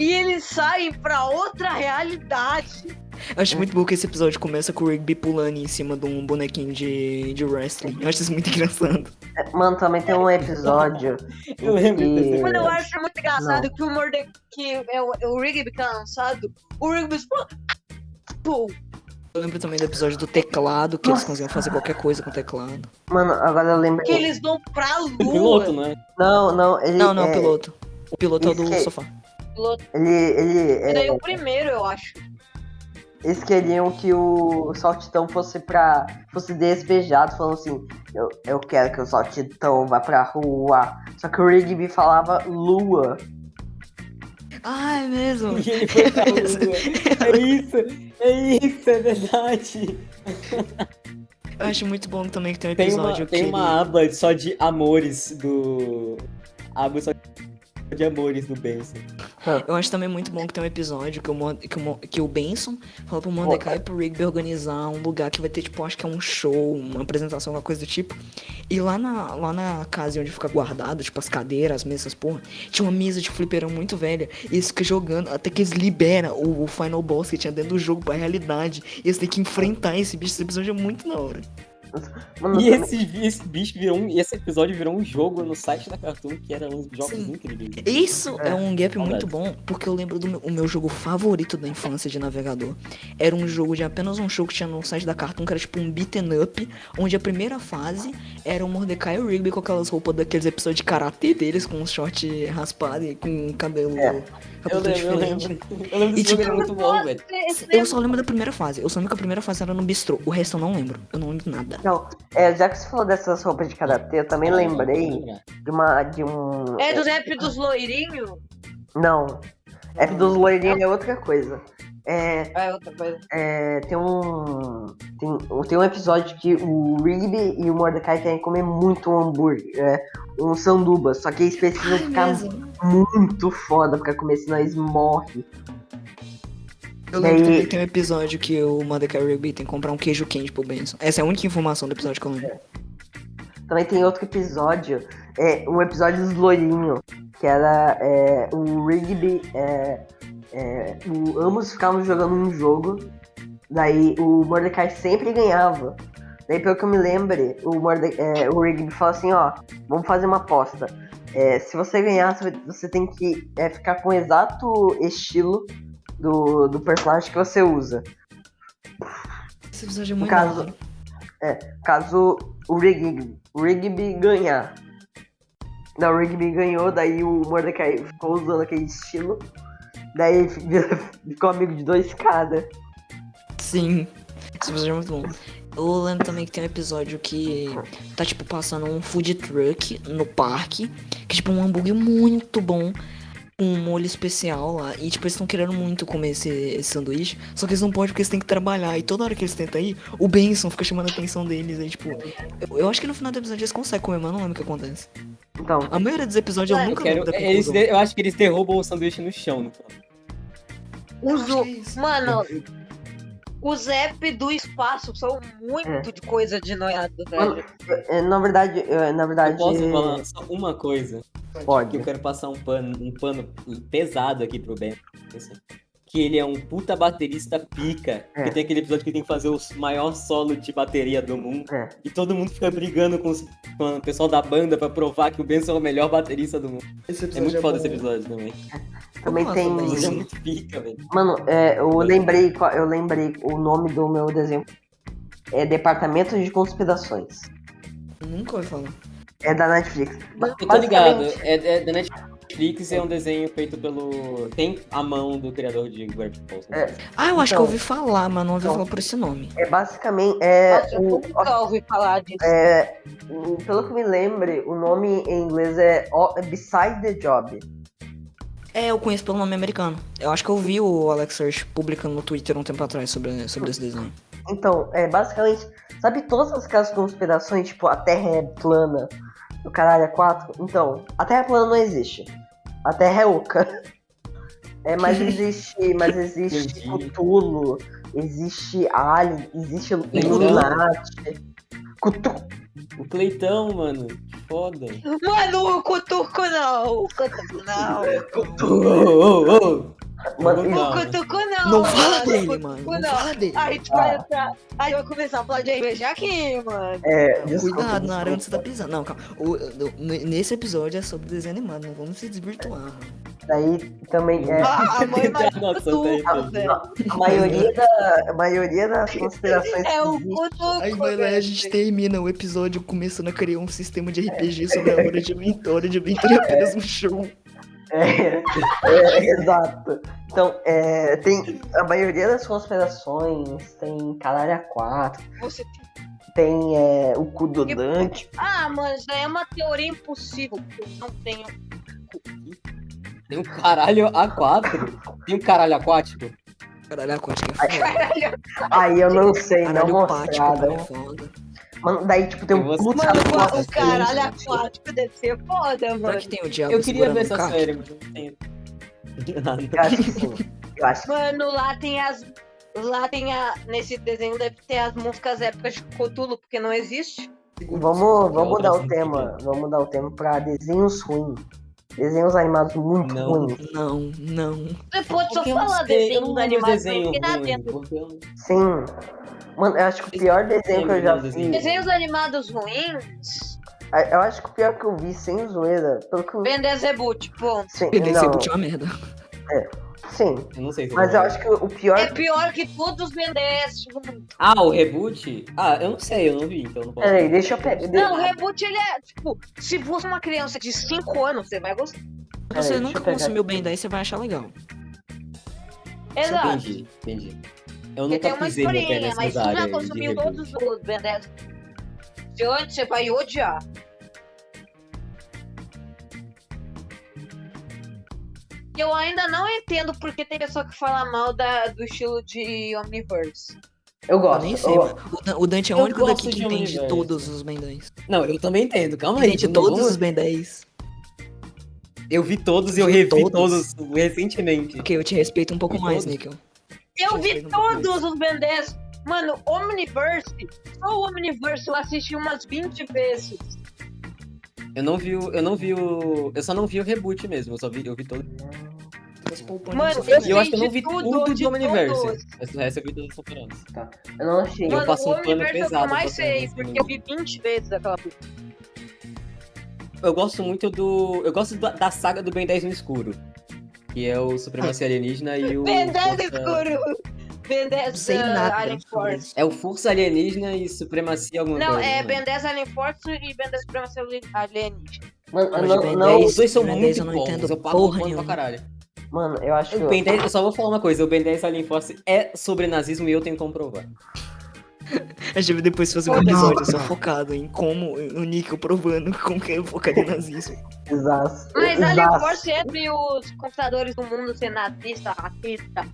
Speaker 5: E eles saem pra outra realidade.
Speaker 2: Eu acho muito bom que esse episódio começa com o Rigby pulando em cima de um bonequinho de, de wrestling. Eu acho isso muito engraçado.
Speaker 1: Mano, também tem um episódio.
Speaker 3: Eu lembro
Speaker 1: E-
Speaker 3: desse
Speaker 5: Mano, eu
Speaker 3: episódio.
Speaker 5: acho muito engraçado que o Mordecai. Que é o, é o Rigby cansado. O Rigby. explode. Pô,
Speaker 2: Eu lembro também do episódio do teclado, que eles conseguiam fazer qualquer coisa com o teclado.
Speaker 1: Mano, agora eu lembrei.
Speaker 5: que eles vão pra lua.
Speaker 3: Piloto, né?
Speaker 1: Não, não, ele.
Speaker 2: Não, não,
Speaker 1: é,
Speaker 2: o piloto. O piloto é o do
Speaker 1: Isso aí.
Speaker 2: sofá.
Speaker 1: Ele. ele
Speaker 5: E daí
Speaker 1: é,
Speaker 5: o primeiro, eu acho.
Speaker 1: eles queriam que o Saltitão fosse pra. fosse despejado, falando assim, eu, eu quero que o Saltitão vá pra rua. Só que o Rigby falava lua.
Speaker 2: Ah, é mesmo.
Speaker 3: E ele foi pra lua. É isso, é isso, é verdade.
Speaker 2: Eu acho muito bom também que tem um
Speaker 3: Tem uma,
Speaker 2: episódio
Speaker 3: tem
Speaker 2: que
Speaker 3: uma aba só de amores do. Aba só de amores do Benson.
Speaker 2: Eu acho também muito bom que tem um episódio que o, Mon- que o, Mon- que o Benson fala pro Mordecai e pro Rigby organizar um lugar que vai ter, tipo, acho que é um show, uma apresentação, alguma coisa do tipo. E lá na, lá na casa onde fica guardado, tipo, as cadeiras, as mesas, porra, tinha uma mesa de fliperão muito velha. E eles ficam jogando até que eles liberam o, o Final Boss que tinha dentro do jogo pra realidade. E eles têm que enfrentar esse bicho. Esse episódio é muito da hora.
Speaker 1: Mano,
Speaker 3: E esse, esse bicho virou um. Esse episódio virou um jogo no site da Cartoon que era uns jogos
Speaker 2: Sim.
Speaker 3: incríveis.
Speaker 2: Isso é,
Speaker 1: É,
Speaker 2: um gap
Speaker 3: saudades.
Speaker 2: muito bom, porque eu lembro do meu, o meu jogo favorito da infância de navegador. Era um jogo de apenas um show que tinha no site da Cartoon, que era tipo um beaten up, onde a primeira fase era o Mordecai e o Rigby com aquelas roupas daqueles episódios de karatê deles, com um short raspado e com um cabelo,
Speaker 1: É.
Speaker 3: Eu
Speaker 2: cabelo
Speaker 3: lembro, eu
Speaker 2: diferente.
Speaker 3: lembro. Eu lembro
Speaker 2: E,
Speaker 3: desse jogo,
Speaker 2: tipo,
Speaker 3: era muito bom, velho.
Speaker 5: Esse
Speaker 2: Eu só lembro da primeira fase. Eu só lembro que a primeira fase era no bistrô. O resto eu não lembro. Eu não lembro nada.
Speaker 1: Então, é, já que você falou dessas roupas de karatê, eu também lembrei de uma. de um.
Speaker 5: É do rap dos loirinhos?
Speaker 1: Não. É que dos loirinhos é outra coisa. É,
Speaker 5: Ah, É outra coisa.
Speaker 1: é, tem um. Tem, tem um episódio que o Rigby e o Mordecai querem comer muito um hambúrguer. É, um sanduba. Só que eles precisam ficar muito foda pra comer, senão eles morrem.
Speaker 2: Eu lembro
Speaker 1: Daí-
Speaker 2: também que tem um episódio que o Mordecai e o Rigby tem que comprar um queijo quente pro Benson. Essa é a única informação do episódio que eu lembro.
Speaker 1: Também tem outro episódio. É, um episódio dos loirinhos. Que era é, o Rigby. É, é, o- ambos ficavam jogando um jogo. Daí o Mordecai sempre ganhava. Daí, pelo que eu me lembre, o, Morde- é, o Rigby fala assim, ó, vamos fazer uma aposta. É, se você ganhar, você- você tem que é, ficar com o exato estilo do, do personagem que você usa.
Speaker 2: Esse episódio é muito
Speaker 1: caso-
Speaker 2: da hora.
Speaker 1: Caso o Rigby, o Rigby ganhar. Não, o Rigby ganhou, daí o Mordecai ficou usando aquele estilo. Daí ele vira- ficou amigo de dois caras.
Speaker 2: Sim. Esse episódio é muito bom. Eu lembro também que tem um episódio que tá, tipo, passando um food truck no parque. Que, tipo, é um hambúrguer muito bom. Com um molho especial lá. E, tipo, eles estão querendo muito comer esse, esse sanduíche. Só que eles não podem porque eles têm que trabalhar. E toda hora que eles tentam ir, o Benson fica chamando a atenção deles. Aí, tipo, eu, eu acho que no final do episódio eles conseguem comer, mas eu não lembro o que acontece.
Speaker 1: Então,
Speaker 2: A maioria dos episódios eu
Speaker 5: Eu
Speaker 2: nunca
Speaker 3: Quero- é,
Speaker 2: lembro da
Speaker 3: eles-
Speaker 2: conclusão.
Speaker 3: eu acho que eles derrubam o sanduíche no chão. No
Speaker 5: Os,
Speaker 2: Eu acho que é isso.
Speaker 5: mano,
Speaker 1: Uhum.
Speaker 5: os app do espaço são muito de coisa de noiado,
Speaker 1: É. Mano,
Speaker 5: velho.
Speaker 1: é, na verdade, é, na
Speaker 3: eu
Speaker 1: verdade.
Speaker 3: posso falar só uma coisa. Que
Speaker 1: Pode.
Speaker 3: eu quero passar um pano, um pano pesado aqui pro Ben. assim. Que ele é um puta baterista pica.
Speaker 1: É.
Speaker 3: Que tem aquele episódio que tem que fazer o maior solo de bateria do mundo.
Speaker 1: É.
Speaker 3: E todo mundo fica brigando com, os- com o pessoal da banda pra provar que o Benson é o melhor baterista do mundo. É muito foda esse episódio também.
Speaker 1: Também
Speaker 2: Nossa,
Speaker 1: tem.
Speaker 3: Esse episódio é
Speaker 2: Sim.
Speaker 3: muito pica, velho.
Speaker 1: Mano, é, eu lembrei, qual- eu lembrei o nome do meu desenho. É Departamento de Conspirações.
Speaker 2: Eu nunca ouvi falar.
Speaker 1: É da Netflix.
Speaker 3: Eu tô ligado.
Speaker 1: Basicamente,
Speaker 3: É, é da Netflix é um desenho feito pelo. Tem a mão do criador de Gravity Falls. né?
Speaker 1: É.
Speaker 2: Ah, eu acho que eu
Speaker 1: Então-
Speaker 2: ouvi falar, mas não ouvi
Speaker 1: Então-
Speaker 2: falar por esse nome.
Speaker 1: É basicamente. É,
Speaker 5: Nossa, eu
Speaker 1: o,
Speaker 5: nunca ouvi falar disso.
Speaker 1: É, o- pelo que me lembre, o nome em inglês é O- é Beside the Job.
Speaker 2: É, eu conheço pelo nome americano. Eu acho que eu vi o Alex Hirsch publicando no Twitter um tempo atrás sobre, sobre esse desenho.
Speaker 1: Então, é basicamente, sabe todas aquelas conspirações, tipo a Terra é plana, o caralho é quatro? Então, a Terra plana não existe. A Terra é oca. É, mas existe, mas existe
Speaker 3: Entendi.
Speaker 1: Cthulhu, existe Alien, existe
Speaker 3: Leitão.
Speaker 1: Illuminati. Cthulhu.
Speaker 3: O Cleitão, mano. Que foda.
Speaker 5: Mano, o cutuco não. O cutuco não.
Speaker 3: Ô, ô, ô, ô.
Speaker 1: Mano,
Speaker 3: Não,
Speaker 5: O cutuco não.
Speaker 2: Não fala
Speaker 5: mano,
Speaker 2: dele,
Speaker 5: o
Speaker 2: mano.
Speaker 5: cutuco
Speaker 2: Não
Speaker 5: não.
Speaker 2: fala
Speaker 5: Ah, tipo,
Speaker 2: dele.
Speaker 5: A gente
Speaker 1: Ah.
Speaker 5: vai entrar. A gente vai começar a falar de RPG aqui, mano.
Speaker 1: é, desculpa,
Speaker 2: Cuidado na área onde você tá
Speaker 1: desculpa.
Speaker 2: pisando. Não, calma. O- o- n- nesse episódio é sobre desenho animado, não vamos se desvirtuar, mano.
Speaker 1: Daí também é.
Speaker 5: Ah, a mãe mais
Speaker 3: Nossa, tá aí,
Speaker 5: cutuco,
Speaker 3: tá
Speaker 5: velho.
Speaker 1: A maioria, da, a maioria das conspirações
Speaker 5: É o
Speaker 1: que existem-
Speaker 5: cutuco.
Speaker 2: Aí vai lá e a gente
Speaker 5: velho.
Speaker 2: termina o episódio começando a criar um sistema de RPG sobre a hora de aventura, de aventura é apenas um show.
Speaker 1: É, é, exato. Então, é, tem a maioria das conspirações, tem Caralho 4,
Speaker 2: né?
Speaker 5: Você tem-
Speaker 1: tem é, o cu do Dante.
Speaker 5: Ah, mano, isso daí é uma teoria impossível. porque Eu não tenho.
Speaker 3: Tem um caralho A4? Tem um caralho aquático?
Speaker 1: Tá
Speaker 2: Caralho, aquático é foda.
Speaker 5: Caralho.
Speaker 1: Aí eu não sei,
Speaker 2: Caralho,
Speaker 1: não
Speaker 2: pático também é
Speaker 1: mostraram.
Speaker 2: foda.
Speaker 1: Mano, daí tipo tem
Speaker 3: Eu
Speaker 1: um
Speaker 3: vou-
Speaker 1: puta
Speaker 5: Mano,
Speaker 1: plot
Speaker 5: o caralho
Speaker 1: twist.
Speaker 5: aquático deve ser foda,
Speaker 2: Será
Speaker 5: mano.
Speaker 2: que tem o diabo
Speaker 3: Eu queria
Speaker 2: segurando
Speaker 3: ver
Speaker 2: um
Speaker 3: essa
Speaker 2: cático?
Speaker 3: série, mas não tem.
Speaker 1: Eu acho que sim. Eu acho que
Speaker 5: Mano, lá tem as. Lá tem a. Nesse desenho deve ter as músicas épicas de Cthulhu, porque não existe.
Speaker 1: Vamos, vamos
Speaker 3: outra
Speaker 1: mudar o
Speaker 3: assim,
Speaker 1: tema. Vamos mudar o tema pra desenhos ruins. Desenhos animados muito
Speaker 3: Não.
Speaker 1: ruins.
Speaker 2: Não, não.
Speaker 5: Você pode só
Speaker 3: Porque eu não sei, eu não
Speaker 5: falar desenhos
Speaker 3: lembro
Speaker 5: animados,
Speaker 3: desenho
Speaker 5: porque tá dá
Speaker 3: ruim,
Speaker 5: tempo.
Speaker 3: porque eu não-
Speaker 1: Sim. Mano, eu acho que o pior desenho que eu já vi. é,
Speaker 5: Desenhos animados ruins.
Speaker 1: Eu acho que o pior que eu vi, sem zoeira. Pelo que eu vi.
Speaker 5: Bendezebut, ponto.
Speaker 1: Sim,
Speaker 2: PDC
Speaker 1: não,
Speaker 2: Boot é uma merda.
Speaker 1: sim.
Speaker 3: Eu não sei se
Speaker 1: Mas eu
Speaker 3: lembro.
Speaker 1: acho que o pior.
Speaker 5: É pior que todos os Bendez.
Speaker 3: Ah, o reboot? Ah, eu não sei, eu não vi, então eu não posso.
Speaker 1: Peraí, deixa eu pegar. de-
Speaker 5: Não, o reboot ele é. Tipo, se fosse uma criança de 5 anos, você vai gostar.
Speaker 2: Se
Speaker 1: Peraí,
Speaker 2: você
Speaker 1: deixa
Speaker 2: nunca
Speaker 1: eu pegar
Speaker 2: consumiu bem daí, você vai achar legal.
Speaker 5: Exato.
Speaker 3: Entendi, entendi. Eu
Speaker 5: Porque tem
Speaker 3: nunca
Speaker 5: uma
Speaker 3: pisei meu pé
Speaker 5: historinha,
Speaker 3: nessas
Speaker 5: mas tu
Speaker 3: áreas
Speaker 5: já
Speaker 3: de
Speaker 5: consumiu
Speaker 3: reboot.
Speaker 5: todos os Bendez. Se antes você vai odiar. E Eu ainda não entendo porque tem pessoa que fala mal da, do estilo de Omniverse.
Speaker 1: Eu
Speaker 2: Eu
Speaker 1: gosto.
Speaker 2: nem
Speaker 1: Eu
Speaker 2: sei,
Speaker 1: gosto.
Speaker 2: mano. O Dan- O Dante é o
Speaker 3: Eu
Speaker 2: único daqui
Speaker 3: gosto
Speaker 2: que
Speaker 3: de
Speaker 2: entende
Speaker 3: universo.
Speaker 2: todos os Ben 10.
Speaker 3: Não, eu também entendo, calma aí.
Speaker 2: Entende
Speaker 3: eu não vou-
Speaker 2: todos os Ben 10.
Speaker 3: Eu vi todos e eu
Speaker 2: Viu
Speaker 3: revi
Speaker 2: todos?
Speaker 3: todos, recentemente.
Speaker 2: Ok, eu te respeito um pouco
Speaker 3: E
Speaker 2: mais,
Speaker 3: todos?
Speaker 2: Nickel.
Speaker 5: Eu vi
Speaker 2: Vocês não
Speaker 5: todos os Bendez. Mano, Omniverse, só o Omniverse eu assisti umas 20 vezes.
Speaker 3: Eu não vi o. Eu não vi o. Eu só não vi o reboot mesmo. Eu só vi, eu vi todo.
Speaker 5: Mano,
Speaker 2: eu
Speaker 3: E eu acho que eu
Speaker 5: sei
Speaker 3: não vi
Speaker 5: de tudo,
Speaker 3: tudo
Speaker 5: de
Speaker 3: do Omniverse.
Speaker 5: todos.
Speaker 3: Mas o resto eu vi todos os superanos.
Speaker 1: Eu não achei.
Speaker 3: Eu
Speaker 5: Mano,
Speaker 3: passo um
Speaker 5: o
Speaker 3: pano
Speaker 5: Omniverse é o que eu
Speaker 3: pesado
Speaker 5: mais
Speaker 3: pra essa
Speaker 5: sei,
Speaker 3: música,
Speaker 5: porque
Speaker 3: mano.
Speaker 5: eu vi 20 vezes aquela música.
Speaker 3: Eu gosto muito do. Eu gosto da, da saga do Ben 10 no escuro. Que é o Supremacia Alienígena e o.
Speaker 5: Ben 10
Speaker 3: Força-
Speaker 5: escuro! Ben 10
Speaker 2: Não sei
Speaker 5: uh,
Speaker 2: nada.
Speaker 5: Alien Force.
Speaker 3: É o Força Alienígena e Supremacia alguma
Speaker 5: Não,
Speaker 3: coisa. né?
Speaker 5: é Ben 10 Alien Force e Ben 10 Supremacia é Alienígena.
Speaker 1: Mano, eu
Speaker 2: Mano, de
Speaker 1: não.
Speaker 2: Ben
Speaker 1: não-
Speaker 2: 10.
Speaker 3: Os dois são
Speaker 2: Ben
Speaker 3: muito
Speaker 2: 10 eu não
Speaker 3: bons,
Speaker 2: entendo
Speaker 3: eu pago
Speaker 2: porra
Speaker 3: pano pra
Speaker 2: nenhuma.
Speaker 3: caralho.
Speaker 1: Mano, eu acho
Speaker 3: O
Speaker 1: que.
Speaker 3: Ben 10, eu só vou falar uma coisa, o Ben 10 Alien Force é sobre nazismo e eu tenho que comprovar.
Speaker 2: A gente vai depois fazer
Speaker 5: é
Speaker 2: um episódio só focado em como o Nickel provando como que ele focaria em nazismo.
Speaker 1: Exato.
Speaker 5: Mas
Speaker 1: exato.
Speaker 5: Alien Force é entre os computadores do mundo ser nazista, racista.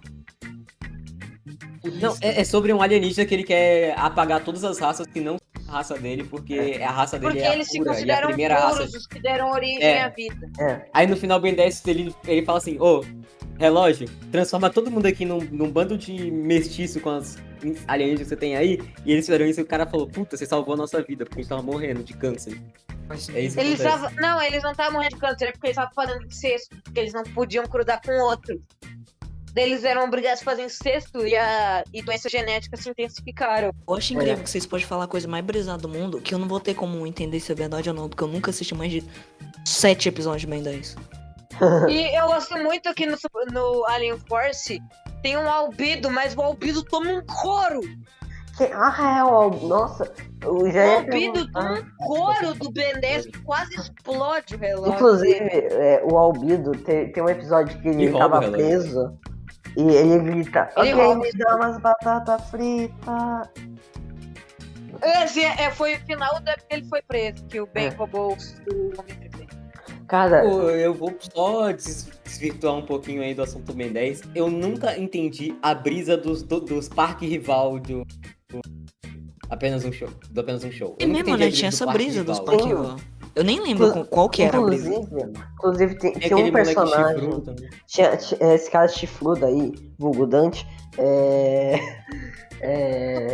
Speaker 3: Não, é, é sobre um alienígena que ele quer apagar todas as raças que não são a raça dele, porque a raça dele
Speaker 5: Porque
Speaker 3: é a
Speaker 5: eles se
Speaker 3: pura, e a
Speaker 5: consideram
Speaker 3: primeira
Speaker 5: puros,
Speaker 3: raça.
Speaker 5: os que deram origem
Speaker 3: É.
Speaker 5: à vida.
Speaker 3: Aí no final o Ben 10 ele, ele fala assim, ô, relógio, transforma todo mundo aqui num, num bando de mestiço com as alienígenas que você tem aí. E eles fizeram isso e o cara falou, puta, você salvou a nossa vida, porque a gente tava morrendo de câncer. É isso que
Speaker 5: Eles
Speaker 3: acontece.
Speaker 5: estavam. Não, eles não estavam morrendo de câncer, é porque eles estavam fazendo incesto, porque eles não podiam cruzar com outro. Daí Eles eram obrigados a fazer incesto e, a... e doenças genéticas se intensificaram.
Speaker 2: Eu acho incrível que vocês podem falar a coisa mais brisada do mundo, que eu não vou ter como entender se é verdade ou não, porque eu nunca assisti mais de sete episódios de Ben 10.
Speaker 5: E eu gosto muito que no, no Alien Force tem um albido, mas o albido toma um couro.
Speaker 1: Que- Ah, é, ó, nossa. É, Eu já
Speaker 5: O
Speaker 1: ia
Speaker 5: albido
Speaker 1: perguntar.
Speaker 5: toma um couro do Ben 10 que quase explode o relógio.
Speaker 1: Inclusive, é, o Albido tem, tem um episódio que ele
Speaker 3: E rouba o
Speaker 1: tava
Speaker 3: relógio.
Speaker 1: preso e ele grita: Ok,
Speaker 5: Ele rouba.
Speaker 1: me dá umas batatas fritas.
Speaker 5: Esse é, é- foi o final da que ele foi preso, que o Ben
Speaker 1: É.
Speaker 5: roubou o homem presente.
Speaker 1: Cara,
Speaker 3: Pô, eu vou só des- desvirtuar um pouquinho aí do assunto Ben 10. Eu nunca entendi a brisa dos, do- dos parque rival do, do apenas um show. Do apenas um show.
Speaker 2: E
Speaker 3: Eu nunca
Speaker 2: mesmo,
Speaker 3: entendi
Speaker 2: né? Tinha
Speaker 3: a brisa do
Speaker 2: essa
Speaker 3: parque
Speaker 2: brisa dos
Speaker 3: rival.
Speaker 2: parques lá. Eu nem lembro
Speaker 1: Inclu-
Speaker 2: qual que era o livro.
Speaker 1: Inclusive, inclusive tem,
Speaker 3: Tem
Speaker 1: tem um
Speaker 3: É aquele moleque
Speaker 1: personagem.
Speaker 3: chifrudo né? também.
Speaker 1: Tinha- tinha- é, esse cara chifrudo aí, vulgo Dante, é... É...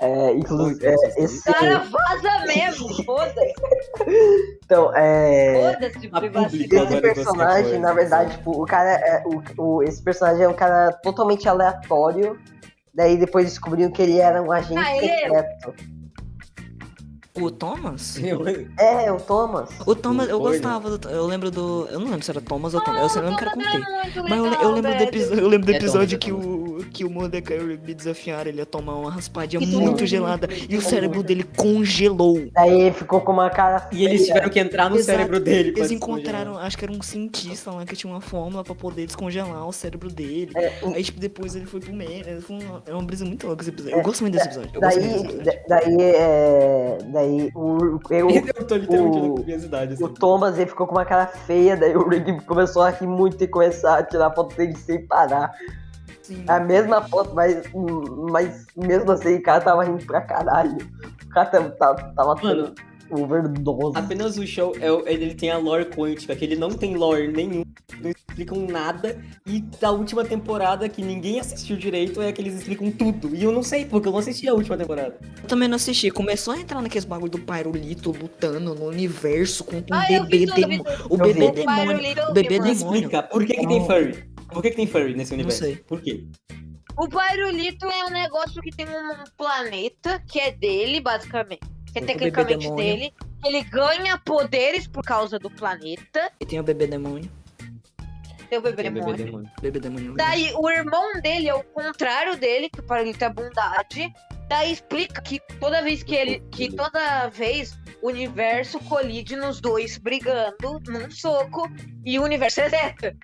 Speaker 1: é, inclu- é, esse...
Speaker 5: Cara, vaza mesmo, foda-se,
Speaker 1: Então, é...
Speaker 5: foda-se de
Speaker 3: A pública
Speaker 5: privacidade.
Speaker 1: Esse
Speaker 3: agora
Speaker 1: personagem,
Speaker 3: você
Speaker 1: na
Speaker 3: foi,
Speaker 1: verdade, tipo, o cara é... O, o- esse personagem é um cara totalmente aleatório, daí depois descobriu que ele era um agente
Speaker 5: Ah, ele é-
Speaker 1: secreto.
Speaker 2: O Thomas?
Speaker 1: É, o Thomas.
Speaker 2: O Thomas, eu
Speaker 3: Foi, né?
Speaker 2: gostava do. Eu lembro do. Eu não lembro se era Thomas ou
Speaker 5: Ah,
Speaker 2: Thomas. Eu só lembro que era com T.
Speaker 5: Muito
Speaker 2: Mas eu, le-
Speaker 5: legal,
Speaker 2: eu lembro do
Speaker 5: velho.
Speaker 2: episódio, eu lembro do
Speaker 3: É
Speaker 2: episódio
Speaker 3: Thomas, é
Speaker 2: que o que o Mordecai e o Rigby desafiaram ele a tomar uma raspadinha
Speaker 5: Que
Speaker 2: muito
Speaker 5: doido.
Speaker 2: gelada e o cérebro dele congelou.
Speaker 1: Daí ele ficou com uma cara...
Speaker 3: E eles tiveram que entrar no
Speaker 2: Exato.
Speaker 3: cérebro dele. pra
Speaker 2: Eles
Speaker 3: descongelar.
Speaker 2: encontraram, acho que era um cientista lá que tinha uma fórmula pra poder descongelar o cérebro dele.
Speaker 1: É,
Speaker 2: Aí, tipo, depois ele foi pro meio. Foi uma, é uma brisa muito louca esse episódio. Eu gosto muito desse episódio. Eu gosto muito desse
Speaker 1: daí,
Speaker 2: episódio.
Speaker 1: da- daí, é... Daí, o... eu-
Speaker 3: Eu tô é um literalmente
Speaker 1: O-
Speaker 3: com curiosidade.
Speaker 1: O
Speaker 3: Assim.
Speaker 1: Thomas ele ficou com uma cara feia, daí o Rigby começou a rir muito e começar a tirar foto dele sem parar.
Speaker 2: Sim.
Speaker 1: A mesma foto, mas, mas mesmo assim o cara tava rindo pra caralho. O cara tava, tava, tava
Speaker 3: Mano,
Speaker 1: tendo overdose.
Speaker 3: apenas o show, é o- ele tem a lore quântica, que ele não tem lore nenhum, não explicam nada. E da última temporada que ninguém assistiu direito é que eles explicam tudo. E eu não sei, porque eu não assisti a última temporada.
Speaker 2: Eu também não assisti. Começou a entrar naqueles bagulho do Pairolito lutando no universo contra um
Speaker 5: Ah, eu
Speaker 2: bebê
Speaker 5: vi tudo, vi
Speaker 2: demônio.
Speaker 5: tudo.
Speaker 2: O
Speaker 1: Eu
Speaker 2: bebê
Speaker 1: vi.
Speaker 2: demônio.
Speaker 5: Little
Speaker 2: o bebê
Speaker 5: Demon.
Speaker 3: Me
Speaker 2: demônio.
Speaker 3: explica, por que, que tem
Speaker 2: Não.
Speaker 3: furry? Por que, que tem furry nesse universo?
Speaker 2: sei.
Speaker 3: Por quê?
Speaker 5: O Pyrolito é um negócio que tem um planeta que é dele, basicamente. Que é
Speaker 2: O bebê
Speaker 5: tecnicamente
Speaker 2: demônio.
Speaker 5: dele. Ele ganha poderes por causa do planeta.
Speaker 2: E tem o bebê demônio.
Speaker 5: Tem o bebê
Speaker 3: Tem
Speaker 5: demônio.
Speaker 3: demônio.
Speaker 2: Bebê demônio. é
Speaker 5: Daí o irmão dele é o contrário dele, que o Paralito é bondade. Daí explica que toda vez que ele. que toda vez o universo colide nos dois brigando num soco e o universo é zeta.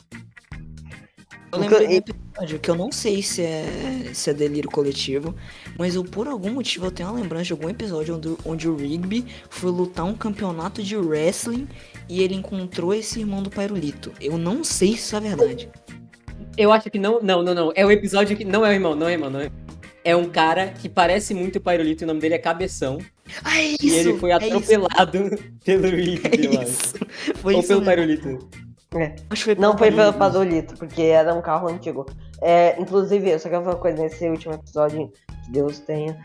Speaker 2: Eu lembrei
Speaker 1: Então, e-
Speaker 2: do episódio que eu não sei se é, se é delírio coletivo, mas eu por algum motivo eu tenho a lembrança de algum episódio onde, onde o Rigby foi lutar um campeonato de wrestling e ele encontrou esse irmão do Pairolito. Eu não sei se isso é verdade.
Speaker 3: Eu acho que não, não, não, não. É o episódio que. Não é o irmão, não é o irmão, não é. É um cara que parece muito o Pairolito, o nome dele é Cabeção.
Speaker 2: Ah, é isso!
Speaker 3: e ele foi
Speaker 2: é
Speaker 3: atropelado pelo Rigby, eu
Speaker 2: isso, É
Speaker 3: acho.
Speaker 2: isso. Foi
Speaker 3: Ou
Speaker 2: isso
Speaker 3: pelo
Speaker 2: mesmo.
Speaker 3: Pairolito.
Speaker 2: Acho que foi
Speaker 1: Não
Speaker 2: pelo
Speaker 1: foi pelo
Speaker 2: Pairolito.
Speaker 1: Padolito, porque era um carro antigo. É, inclusive, eu só quero falar uma coisa nesse último episódio, que Deus tenha.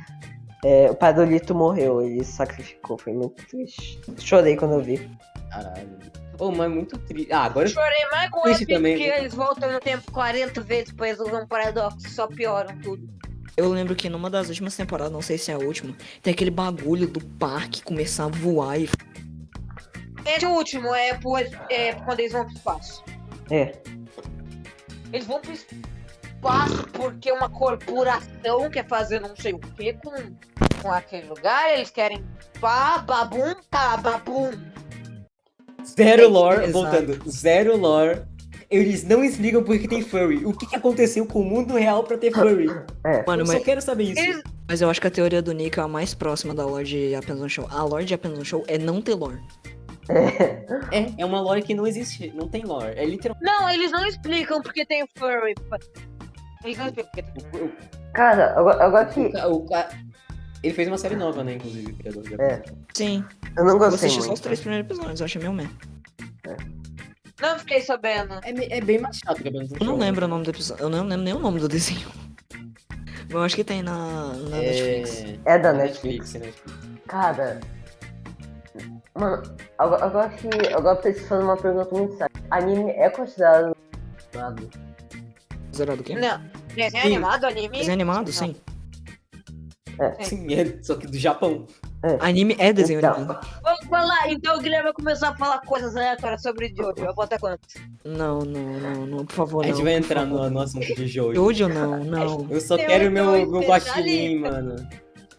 Speaker 1: é, o Padolito morreu, ele se sacrificou, foi muito triste. Chorei quando eu vi.
Speaker 3: Caralho. Ô, mas muito triste. Ah, agora.
Speaker 5: Chorei mais com o
Speaker 3: Triste
Speaker 5: Epic
Speaker 3: também.
Speaker 5: que eles voltam no tempo 40 vezes pra resolver um paradoxo e só pioram tudo.
Speaker 2: Eu lembro que numa das últimas temporadas, não sei se é a última, tem aquele bagulho do parque começar a voar e
Speaker 5: Esse último é, pro- é quando eles vão pro espaço.
Speaker 1: É.
Speaker 5: Eles vão pro espaço porque uma corporação quer fazer não sei o que com, com aquele lugar. Eles querem pá, babum, tá, babum.
Speaker 3: Zero lore,
Speaker 2: Exato.
Speaker 3: voltando. Zero lore. Eles não explicam porque tem furry. O que, que aconteceu com o mundo real pra ter furry?
Speaker 2: Mano,
Speaker 3: eu
Speaker 2: mas-
Speaker 3: só quero saber isso.
Speaker 5: Eles-
Speaker 2: Mas eu acho que a teoria do Nick é a mais próxima da lore de Apenas um Show. A lore de Apenas um Show é não ter lore.
Speaker 3: É, é uma lore que não existe. Não tem lore. É literalmente.
Speaker 5: Não, eles não explicam porque tem furry. Eles não explicam porque tem furry.
Speaker 1: Cara, agora, agora
Speaker 3: O
Speaker 2: Assim,
Speaker 1: que.
Speaker 3: ca- o ca- Ele fez uma série nova, né? Inclusive, o criador de
Speaker 1: É.
Speaker 2: Sim.
Speaker 1: Eu não
Speaker 2: Eu
Speaker 1: gostei
Speaker 2: assisti só os
Speaker 1: muito.
Speaker 2: três primeiros episódios, eu achei meio meh.
Speaker 5: Não fiquei sabendo.
Speaker 3: É, me- é bem mais chato que Apenas um
Speaker 2: Eu não
Speaker 3: Show.
Speaker 2: lembro o nome do episódio. Eu não lembro nem o nome do desenho. Mas eu acho que tem na, na Netflix.
Speaker 3: É...
Speaker 1: É da
Speaker 3: Da
Speaker 1: Netflix.
Speaker 3: Netflix, é Netflix.
Speaker 1: Cara. Mano, agora, agora que. Agora eu preciso fazer uma pergunta muito séria. Anime é considerado. animado?
Speaker 2: Zerado o quê?
Speaker 5: Não. Desenho
Speaker 3: Sim.
Speaker 5: animado, anime.
Speaker 2: Desenho animado,
Speaker 5: Não.
Speaker 2: sim.
Speaker 3: Sim, é, só que do Japão.
Speaker 2: Anime é desenho
Speaker 1: Então.
Speaker 2: animado.
Speaker 5: Vamos falar. Então o Guilherme vai começar a falar coisas aleatórias sobre Jojo. Eu vou até quanto?
Speaker 2: Não, não, não, não, por favor,
Speaker 3: A
Speaker 2: não.
Speaker 3: gente vai
Speaker 2: por
Speaker 3: entrar
Speaker 2: favor.
Speaker 3: no, no assunto de Jojo.
Speaker 2: Jojo não, não.
Speaker 3: Eu só
Speaker 5: Eu
Speaker 3: quero meu,
Speaker 5: sou
Speaker 3: meu guaxinim,
Speaker 5: tá
Speaker 3: mano.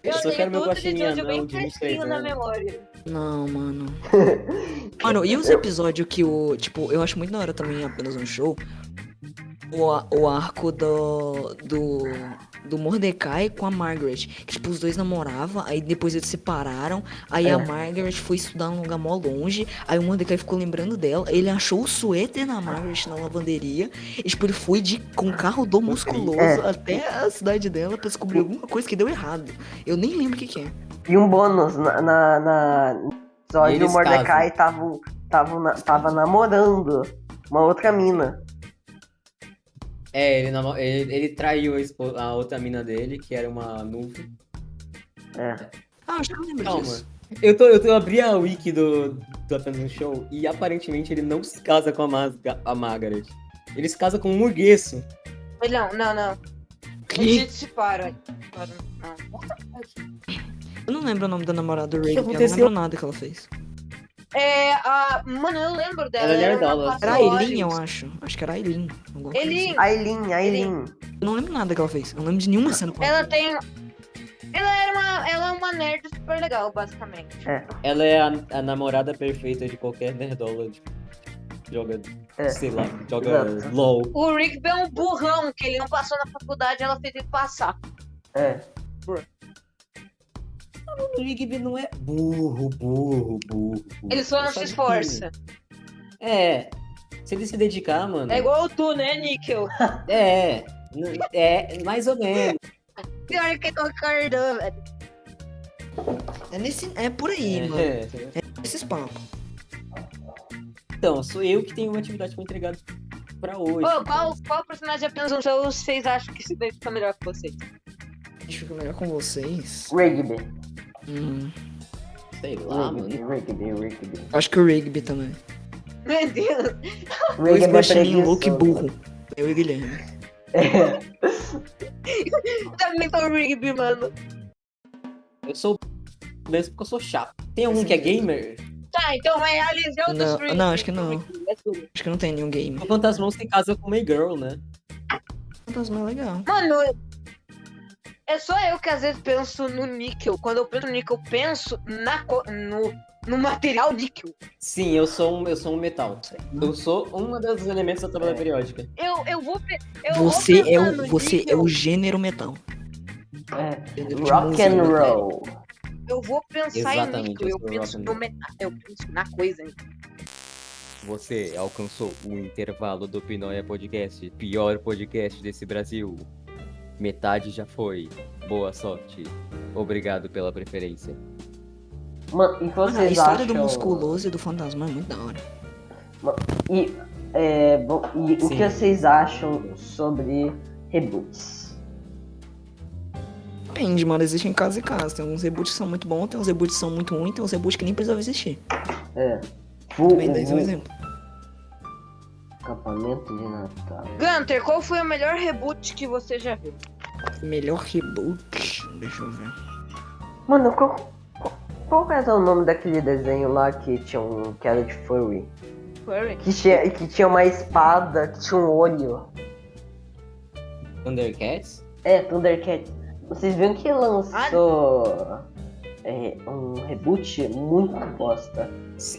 Speaker 3: Eu, só quero meu
Speaker 5: tudo
Speaker 3: guaxinim,
Speaker 5: Jojo bem
Speaker 3: não, de né? 23
Speaker 5: fresquinho na
Speaker 3: anos.
Speaker 5: memória.
Speaker 2: Não, mano. Mano, e os episódios que o. Tipo, eu acho muito da hora também apenas um show. O, a- o arco do. do. do Mordecai com a Margaret. Que, tipo, os dois namoravam, aí depois eles separaram. Aí a
Speaker 1: É.
Speaker 2: Margaret foi estudar num lugar mó longe. Aí o Mordecai ficou lembrando dela. Ele achou o suéter na Margaret na lavanderia. E, tipo, ele foi de, com o carro do musculoso
Speaker 1: É.
Speaker 2: até a cidade dela pra descobrir alguma coisa que deu errado. Eu nem lembro o que, que é.
Speaker 1: E um bônus na, na, na- Só que o
Speaker 3: Eles
Speaker 1: Mordecai tava, tava, na- tava namorando uma outra mina.
Speaker 3: É, ele, namo- ele, ele traiu a, espo- a outra mina dele, que era uma nuvem.
Speaker 1: É.
Speaker 2: Ah, eu já lembro
Speaker 3: Calma.
Speaker 2: disso.
Speaker 3: Eu, tô, eu, tô, eu abri a wiki do, do Apenas um Show e aparentemente ele não se casa com a, Masga- a Margaret. Ele se casa com um murgueço.
Speaker 5: Não, não, não.
Speaker 2: Que?
Speaker 5: Eles se separam. Separam, não.
Speaker 2: Eu não lembro o nome da namorada do
Speaker 3: que
Speaker 2: Ray, porque eu não
Speaker 3: aconteceu?
Speaker 2: lembro nada que ela fez.
Speaker 5: É, a... Mano, eu lembro dela.
Speaker 3: Ela é
Speaker 5: era uma
Speaker 3: nerdola.
Speaker 2: Era a
Speaker 5: pastora.
Speaker 2: Eileen, eu acho. Acho que era a Eileen. alguma coisa
Speaker 5: Eileen,
Speaker 2: assim.
Speaker 1: Aileen, Aileen.
Speaker 2: Eu não lembro nada que ela fez. Eu não lembro de nenhuma cena. com ela.
Speaker 5: ela tem... Ela era uma... Ela é uma nerd super legal, basicamente.
Speaker 3: Ela é a, a namorada perfeita de qualquer nerdola. de- Joga,
Speaker 1: É.
Speaker 3: sei lá, joga
Speaker 1: Exato.
Speaker 3: LOL.
Speaker 5: O Rick é um burrão, que ele não passou na faculdade, ela fez ele passar.
Speaker 1: É.
Speaker 3: O Rigby não é burro, burro, burro. burro.
Speaker 5: Ele só não se
Speaker 3: Sabe que-
Speaker 5: esforça.
Speaker 3: É. Se ele se dedicar, mano.
Speaker 5: É igual tu, né, Níquel?
Speaker 3: É. n- É, mais ou menos.
Speaker 5: Pior que concordou, velho.
Speaker 2: É, nesse, é por aí, mano.
Speaker 3: É.
Speaker 2: Esses papos.
Speaker 3: Então, sou eu que tenho uma atividade pra entregar pra hoje.
Speaker 5: Ô, qual, qual personagem apenas um jogo vocês acham que se identifica melhor com vocês?
Speaker 2: Deixa eu ficar melhor com vocês.
Speaker 1: Rigby.
Speaker 2: Hum,
Speaker 3: Sei lá,
Speaker 1: Rigby,
Speaker 3: mano.
Speaker 1: Rigby, Rigby.
Speaker 2: acho que o Rigby também.
Speaker 5: Meu Deus.
Speaker 2: Dois
Speaker 1: Rigby é
Speaker 2: baixinhos, um louco e
Speaker 1: preguiçoso.
Speaker 2: burro. Eu e o Guilherme.
Speaker 1: É.
Speaker 5: Eu Também tô Rigby, mano.
Speaker 3: Eu sou mesmo porque eu sou chato. Tem algum que é gamer?
Speaker 5: Tá, então vai realizar o dos
Speaker 2: Não,
Speaker 5: Rigby.
Speaker 2: não, acho que não.
Speaker 5: É tudo.
Speaker 2: Acho que não tem nenhum game.
Speaker 3: O Fantasmão se casa com uma girl, né?
Speaker 2: Fantasma é legal.
Speaker 5: Mano, eu- é só eu que às vezes penso no níquel. Quando eu penso no níquel, eu penso na co- no, no material níquel.
Speaker 3: Sim, eu sou um, eu sou um metal. Eu sou um dos elementos da tabela periódica.
Speaker 5: Eu, eu vou. pe- Eu vou
Speaker 2: Você é
Speaker 5: pensar
Speaker 2: o,
Speaker 5: no
Speaker 2: você é
Speaker 5: níquel,
Speaker 2: o gênero metal.
Speaker 1: É.
Speaker 2: Gênero de
Speaker 1: Rock
Speaker 2: música né?
Speaker 1: and
Speaker 2: metal.
Speaker 1: roll.
Speaker 5: Eu vou pensar em
Speaker 3: Exatamente,
Speaker 5: níquel.
Speaker 3: eu
Speaker 5: Eu
Speaker 3: sou
Speaker 5: penso
Speaker 3: Robin.
Speaker 5: no metal. Eu penso na coisa.
Speaker 4: Você alcançou o intervalo do Pinóia Podcast, pior podcast desse Brasil. Metade já foi. Boa sorte. Obrigado pela preferência.
Speaker 1: Mano, e
Speaker 2: Mano, Ah, a
Speaker 1: vocês
Speaker 2: história
Speaker 1: acham...
Speaker 2: do musculoso e do fantasma é muito da hora.
Speaker 1: E, é, bom, e o
Speaker 3: Sim.
Speaker 1: que vocês acham sobre reboots?
Speaker 2: Depende, mano. Existem casos e casos. Tem uns reboots que são muito bons, tem uns reboots que são muito ruins, tem uns reboots que nem precisavam existir.
Speaker 1: É.
Speaker 2: Também dá esse um
Speaker 1: Vulgo
Speaker 2: exemplo.
Speaker 1: acampamento de Natal.
Speaker 5: Gunter, qual foi o melhor reboot que você já viu?
Speaker 2: Melhor reboot. Deixa eu ver.
Speaker 1: Mano, qual, qual- qual era o nome daquele desenho lá que tinha um que era de furry?
Speaker 5: Furry?
Speaker 1: Que tinha, que tinha uma espada, que tinha um olho.
Speaker 3: Thundercats?
Speaker 1: É, Thundercat. Vocês viram que lançou é, um reboot muito bosta.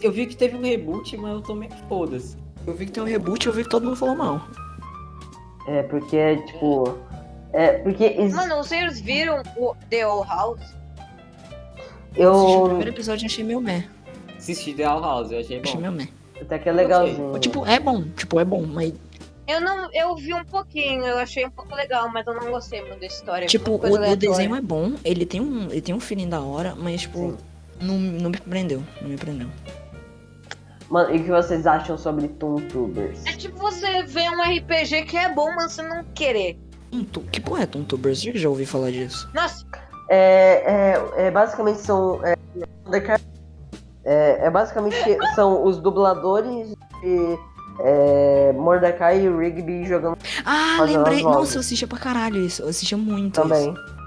Speaker 3: Eu vi que teve um reboot, mas eu tô meio que foda-se.
Speaker 2: Eu vi que tem um reboot eu vi que todo mundo falou mal.
Speaker 1: É, porque é tipo. É, porque. ex-
Speaker 5: Mano, vocês viram o The Owl House?
Speaker 2: Eu assisti o
Speaker 1: eu.
Speaker 2: primeiro episódio e achei meio meh.
Speaker 3: Assisti The Owl House, eu achei
Speaker 2: Achei
Speaker 3: bom.
Speaker 2: meio meh.
Speaker 1: Até que é legalzinho.
Speaker 2: Mas, Tipo, é bom. Tipo, é bom. Mas,
Speaker 5: Eu não. Eu vi um pouquinho, eu achei um pouco legal, mas eu não gostei muito da história.
Speaker 2: tipo,
Speaker 5: muita É coisa
Speaker 2: o, o
Speaker 5: aleatória.
Speaker 2: desenho é bom. Ele tem um, ele tem um feeling da hora, mas, tipo, não, não me prendeu. Não me prendeu.
Speaker 1: Mano, e o que vocês acham sobre Toontubers?
Speaker 5: É tipo você ver um RPG que é bom, mas você não querer.
Speaker 2: Um tu- Que porra é Tubers? Eu já ouvi falar disso.
Speaker 5: Nossa,
Speaker 1: É, é, é basicamente são. É, Thundercat- é, é basicamente são os dubladores de é, Mordecai e Rigby jogando
Speaker 2: Ah,
Speaker 1: Mas elas
Speaker 2: lembrei.
Speaker 1: voltam.
Speaker 2: Nossa, eu assistia pra caralho isso. Eu assistia muito
Speaker 1: também.
Speaker 2: isso.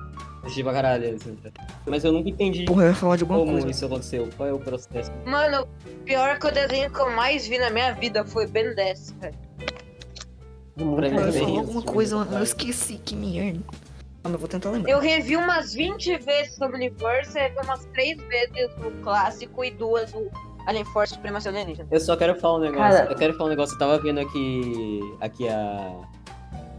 Speaker 3: Assisti pra caralho. assim. Mas eu nunca entendi
Speaker 2: Porra, eu ia falar de alguma
Speaker 3: como
Speaker 2: coisa.
Speaker 3: isso aconteceu. Qual é o processo?
Speaker 5: mano, pior que o desenho que eu mais vi na minha vida foi Ben 10, velho.
Speaker 1: Muito
Speaker 3: Pra mim
Speaker 2: Porra, eu ia falar
Speaker 3: também.
Speaker 1: bem.
Speaker 2: alguma
Speaker 3: isso,
Speaker 2: coisa,
Speaker 3: né?
Speaker 2: eu esqueci que merda. Calma, eu vou tentar lembrar.
Speaker 5: Eu revi umas 20 vezes o Universo, revi umas 3 vezes o clássico e duas o Alien Force Supremacia Alienígena.
Speaker 3: Eu só quero falar um negócio.
Speaker 1: Cara-
Speaker 3: Eu quero falar um negócio. Eu tava vendo aqui. Aqui a.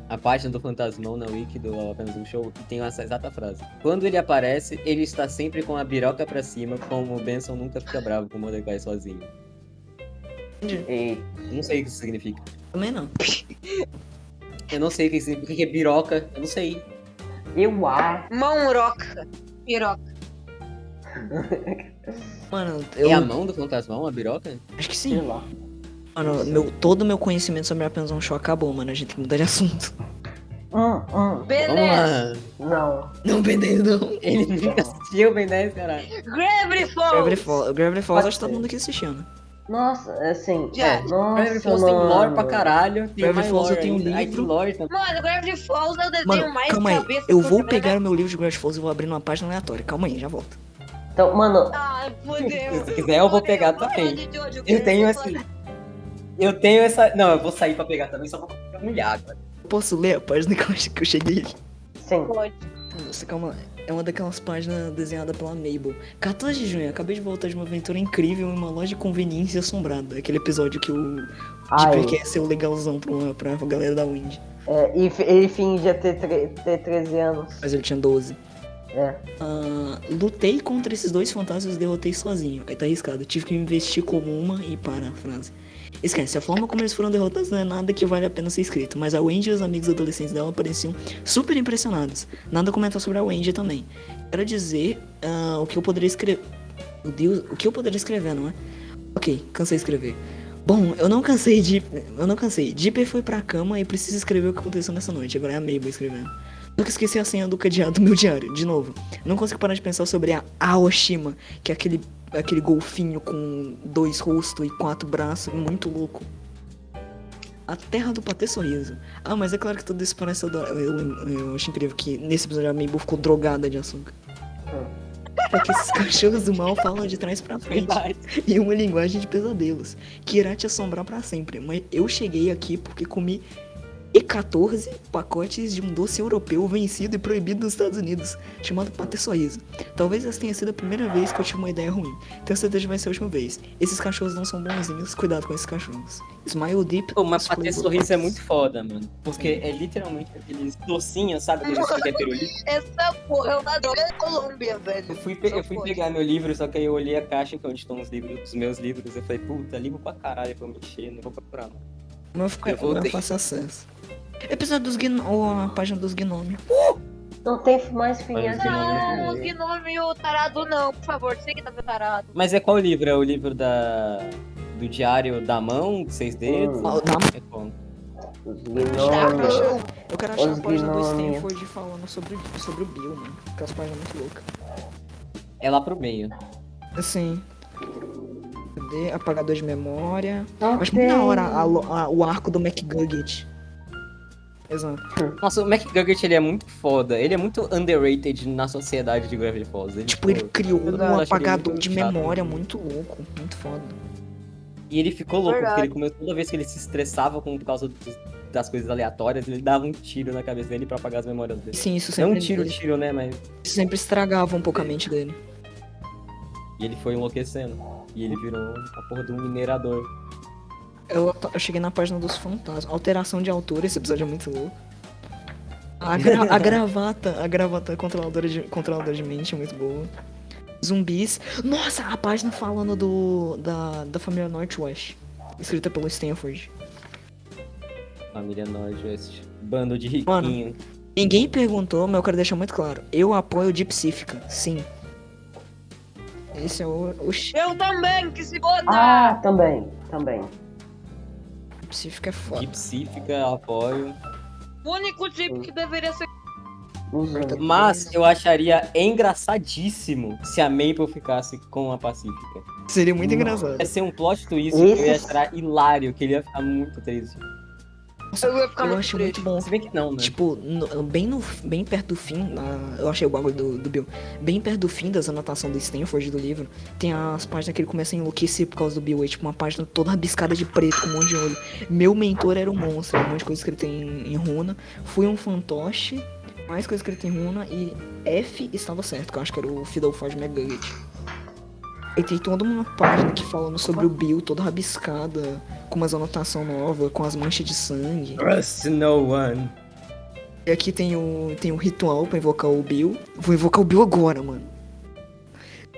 Speaker 3: A página do Fantasmão na Wiki do Apenas um Show e tem essa exata frase. Quando ele aparece, ele está sempre com a biroca pra cima, como o Benson nunca fica bravo com o Mordecai sozinho.
Speaker 1: E,
Speaker 3: Não sei o que isso significa.
Speaker 2: Também não.
Speaker 3: Eu não sei o que significa. O que é biroca? Eu não sei.
Speaker 1: eu acho.
Speaker 5: Mão roca. Piroca.
Speaker 2: Mano, eu
Speaker 3: É a mão do fantasmão, a biroca?
Speaker 2: acho que
Speaker 1: Sei
Speaker 2: sim.
Speaker 1: lá.
Speaker 2: Mano, meu, todo o meu conhecimento sobre a Rapunzel Show acabou, mano. A gente tem que mudar de assunto.
Speaker 1: Hum, hum.
Speaker 5: Beleza.
Speaker 1: Não.
Speaker 2: Não, Ben 10 não.
Speaker 3: Ele nunca assistiu o Ben 10, caralho.
Speaker 5: Gravity
Speaker 2: Gravity
Speaker 5: Falls.
Speaker 2: Falls, Gravity Falls
Speaker 1: Pode
Speaker 2: acho que todo
Speaker 1: ser.
Speaker 2: mundo aqui assistiu, né?
Speaker 1: Nossa, assim.
Speaker 5: Já,
Speaker 1: é, nossa,
Speaker 3: Gravity Falls tem lore pra
Speaker 1: mano.
Speaker 3: caralho. Tem
Speaker 2: Gravity
Speaker 3: mais
Speaker 2: Falls eu
Speaker 3: lore
Speaker 2: tenho um
Speaker 3: ainda. Aí tem
Speaker 2: livro.
Speaker 3: lore também.
Speaker 5: Mano, Gravity Falls é o desenho
Speaker 2: Mano,
Speaker 5: mais
Speaker 2: calma aí.
Speaker 5: cabeça
Speaker 2: Eu
Speaker 5: que
Speaker 2: vou
Speaker 5: vi na
Speaker 2: pegar o meu livro de Gravity Falls e vou abrir numa página aleatória. Calma aí, já volto.
Speaker 1: Então, mano,
Speaker 5: Ah, fodeu.
Speaker 3: Se quiser, eu vou pegar também. Eu tenho assim. Eu tenho essa. Não, eu vou sair pra pegar também, só vou ficar molhado.
Speaker 2: Eu posso ler a página que eu, acho que eu cheguei?
Speaker 1: sim.
Speaker 5: Tipo,
Speaker 2: Nossa, calma lá. É uma daquelas páginas desenhada pela Mabel. 14 de junho, acabei de voltar de uma aventura incrível em uma loja de conveniência assombrada. Aquele episódio que o
Speaker 1: Ai,
Speaker 2: Dipper quer Tipo, ser o legalzão pra, pra galera da Wind.
Speaker 1: é, e f- ele fingia ter, tre- ter 13 anos.
Speaker 2: Mas ele tinha 12.
Speaker 1: É.
Speaker 2: Ah, lutei contra esses dois fantasmas e derrotei sozinho. Aí tá arriscado. Tive que me vestir como uma e para a frase. Esquece, a forma como eles foram derrotados não é nada que vale a pena ser escrito, mas a Wendy e os amigos adolescentes dela pareciam super impressionados. Nada a comentar sobre a Wendy também. Quero dizer ah, o que eu poderia escrever. Meu Deus, o que eu poderia escrever, não é? Ok, cansei de escrever. Bom, eu não cansei de. Eu não cansei. Dipper foi pra cama e precisa escrever o que aconteceu nessa noite. Agora é a Mabel escrevendo. Nunca esqueci a senha do cadeado do meu diário, de novo. Não consigo parar de pensar sobre a Aoshima, que é aquele, aquele golfinho com dois rostos e quatro braços, muito louco. A terra do Patê Sorriso. Ah, mas é claro que tudo isso parece adorável. Eu, lem- eu acho incrível que nesse episódio a Mabel ficou drogada de açúcar. Porque esses cachorros do mal falam de trás pra frente
Speaker 3: Verdade.
Speaker 2: e uma linguagem de pesadelos, que irá te assombrar pra sempre. Mas eu cheguei aqui porque comi E14 pacotes de um doce europeu vencido e proibido nos Estados Unidos, chamado Patê Sorriso. Talvez essa tenha sido a primeira vez que eu tive uma ideia ruim. Tenho certeza que vai ser a última vez. Esses cachorros não são bonzinhos, cuidado com esses cachorros. Smile Deep.
Speaker 3: Pô, mas pra
Speaker 2: Explode
Speaker 3: ter sorriso é muito foda, mano. Porque é literalmente aqueles docinhos, sabe? Aqueles que tem pirulito.
Speaker 5: Essa porra é uma droga da Colômbia, velho.
Speaker 3: Eu fui, pe- eu fui pegar meu livro, só que aí eu olhei a caixa que é onde estão os, livros, os meus livros. Eu falei, puta, livro pra caralho pra eu mexer, não vou procurar. Não.
Speaker 2: Não fica
Speaker 3: Eu voltei.
Speaker 2: eu faço acesso. Episódio dos gnomos. Ou a página dos gnomos.
Speaker 1: Não tem mais filhinha
Speaker 4: Mas
Speaker 1: assim.
Speaker 3: É.
Speaker 5: Não, que nome o tarado não, por favor, sei que tá meu tarado.
Speaker 3: Mas é qual livro? É o livro da. do diário da mão, de seis dedos?
Speaker 1: Hum.
Speaker 2: Ah, dá-
Speaker 3: É qual?
Speaker 1: Os
Speaker 2: Tá,
Speaker 1: gnomos.
Speaker 2: fechou. Eu quero achar
Speaker 1: Os
Speaker 2: a página do
Speaker 1: gnomos.
Speaker 2: Stanford falando sobre, sobre o Bill, mano. Aquelas páginas muito loucas.
Speaker 3: É lá pro meio.
Speaker 2: Assim. Cadê? Apagador de memória.
Speaker 1: Não
Speaker 2: Acho
Speaker 1: tem.
Speaker 2: muito da hora a lo- a- o arco do McGugget. Exato.
Speaker 3: Nossa, o McGugget ele é muito foda. Ele é muito underrated na sociedade de Gravity Falls. Ele,
Speaker 2: Tipo, ele
Speaker 3: tipo,
Speaker 2: criou
Speaker 3: eu
Speaker 2: um
Speaker 3: acho ele
Speaker 2: apagador
Speaker 3: muito
Speaker 2: de
Speaker 3: chato.
Speaker 2: memória muito louco, muito foda.
Speaker 3: E ele ficou louco,
Speaker 5: Verdade.
Speaker 3: porque ele começou toda vez que ele se estressava com, por causa dos- das coisas aleatórias, ele dava um tiro na cabeça dele pra apagar as memórias dele.
Speaker 2: Sim, isso é
Speaker 3: Não
Speaker 2: sempre,
Speaker 3: um tiro, É. tiro, né? Mas.
Speaker 2: isso sempre estragava um pouco a mente dele.
Speaker 3: E ele foi enlouquecendo. E ele virou a porra do minerador.
Speaker 2: Eu, eu cheguei na página dos fantasmas. Alteração de altura, esse episódio é muito louco. A, gra- a gravata, a gravata controladora de, controladora de mente é muito boa. Zumbis. Nossa, a página falando do da, da família Northwest, escrita pelo Stanford.
Speaker 3: Família Northwest. Bando de riquinho.
Speaker 2: Ninguém perguntou, mas eu quero deixar muito claro. Eu apoio de psífica, sim. Esse é o, o chi-
Speaker 5: Eu também, que se bota!
Speaker 1: Ah, também, também.
Speaker 2: psífica é
Speaker 3: De
Speaker 2: foda.
Speaker 3: psífica, apoio.
Speaker 5: O único tipo que deveria ser.
Speaker 1: Os gnomos.
Speaker 3: Mas eu acharia engraçadíssimo se a Maple ficasse com a Pacífica.
Speaker 2: Seria muito engraçado.
Speaker 3: Ia ser um plot twist
Speaker 1: Esse-
Speaker 3: que eu ia achar hilário, que ele ia ficar muito triste.
Speaker 5: Eu ia ficar
Speaker 2: Eu
Speaker 5: muito
Speaker 2: acho
Speaker 5: triste.
Speaker 2: muito bom
Speaker 3: Se bem que não, né?
Speaker 2: Tipo, no- bem, no, bem perto do fim, na- eu achei o bagulho do, do Bill. Bem perto do fim das anotações do Stanford do livro, tem as páginas que ele começa a enlouquecer por causa do Bill. É tipo uma página toda rabiscada de preto com um monte de olho. Meu mentor era um monstro, um monte de coisa escrita em, em runa. Fui um fantoche, mais coisa escrita em runa. E F estava certo, que eu acho que era o Fiddle Forge McGugget. E tem toda uma página que falando sobre o Bill, toda rabiscada, com umas anotações novas, com as manchas de sangue.
Speaker 3: Trust no one.
Speaker 2: E aqui tem um, tem um ritual pra invocar o Bill. Vou invocar o Bill agora, mano.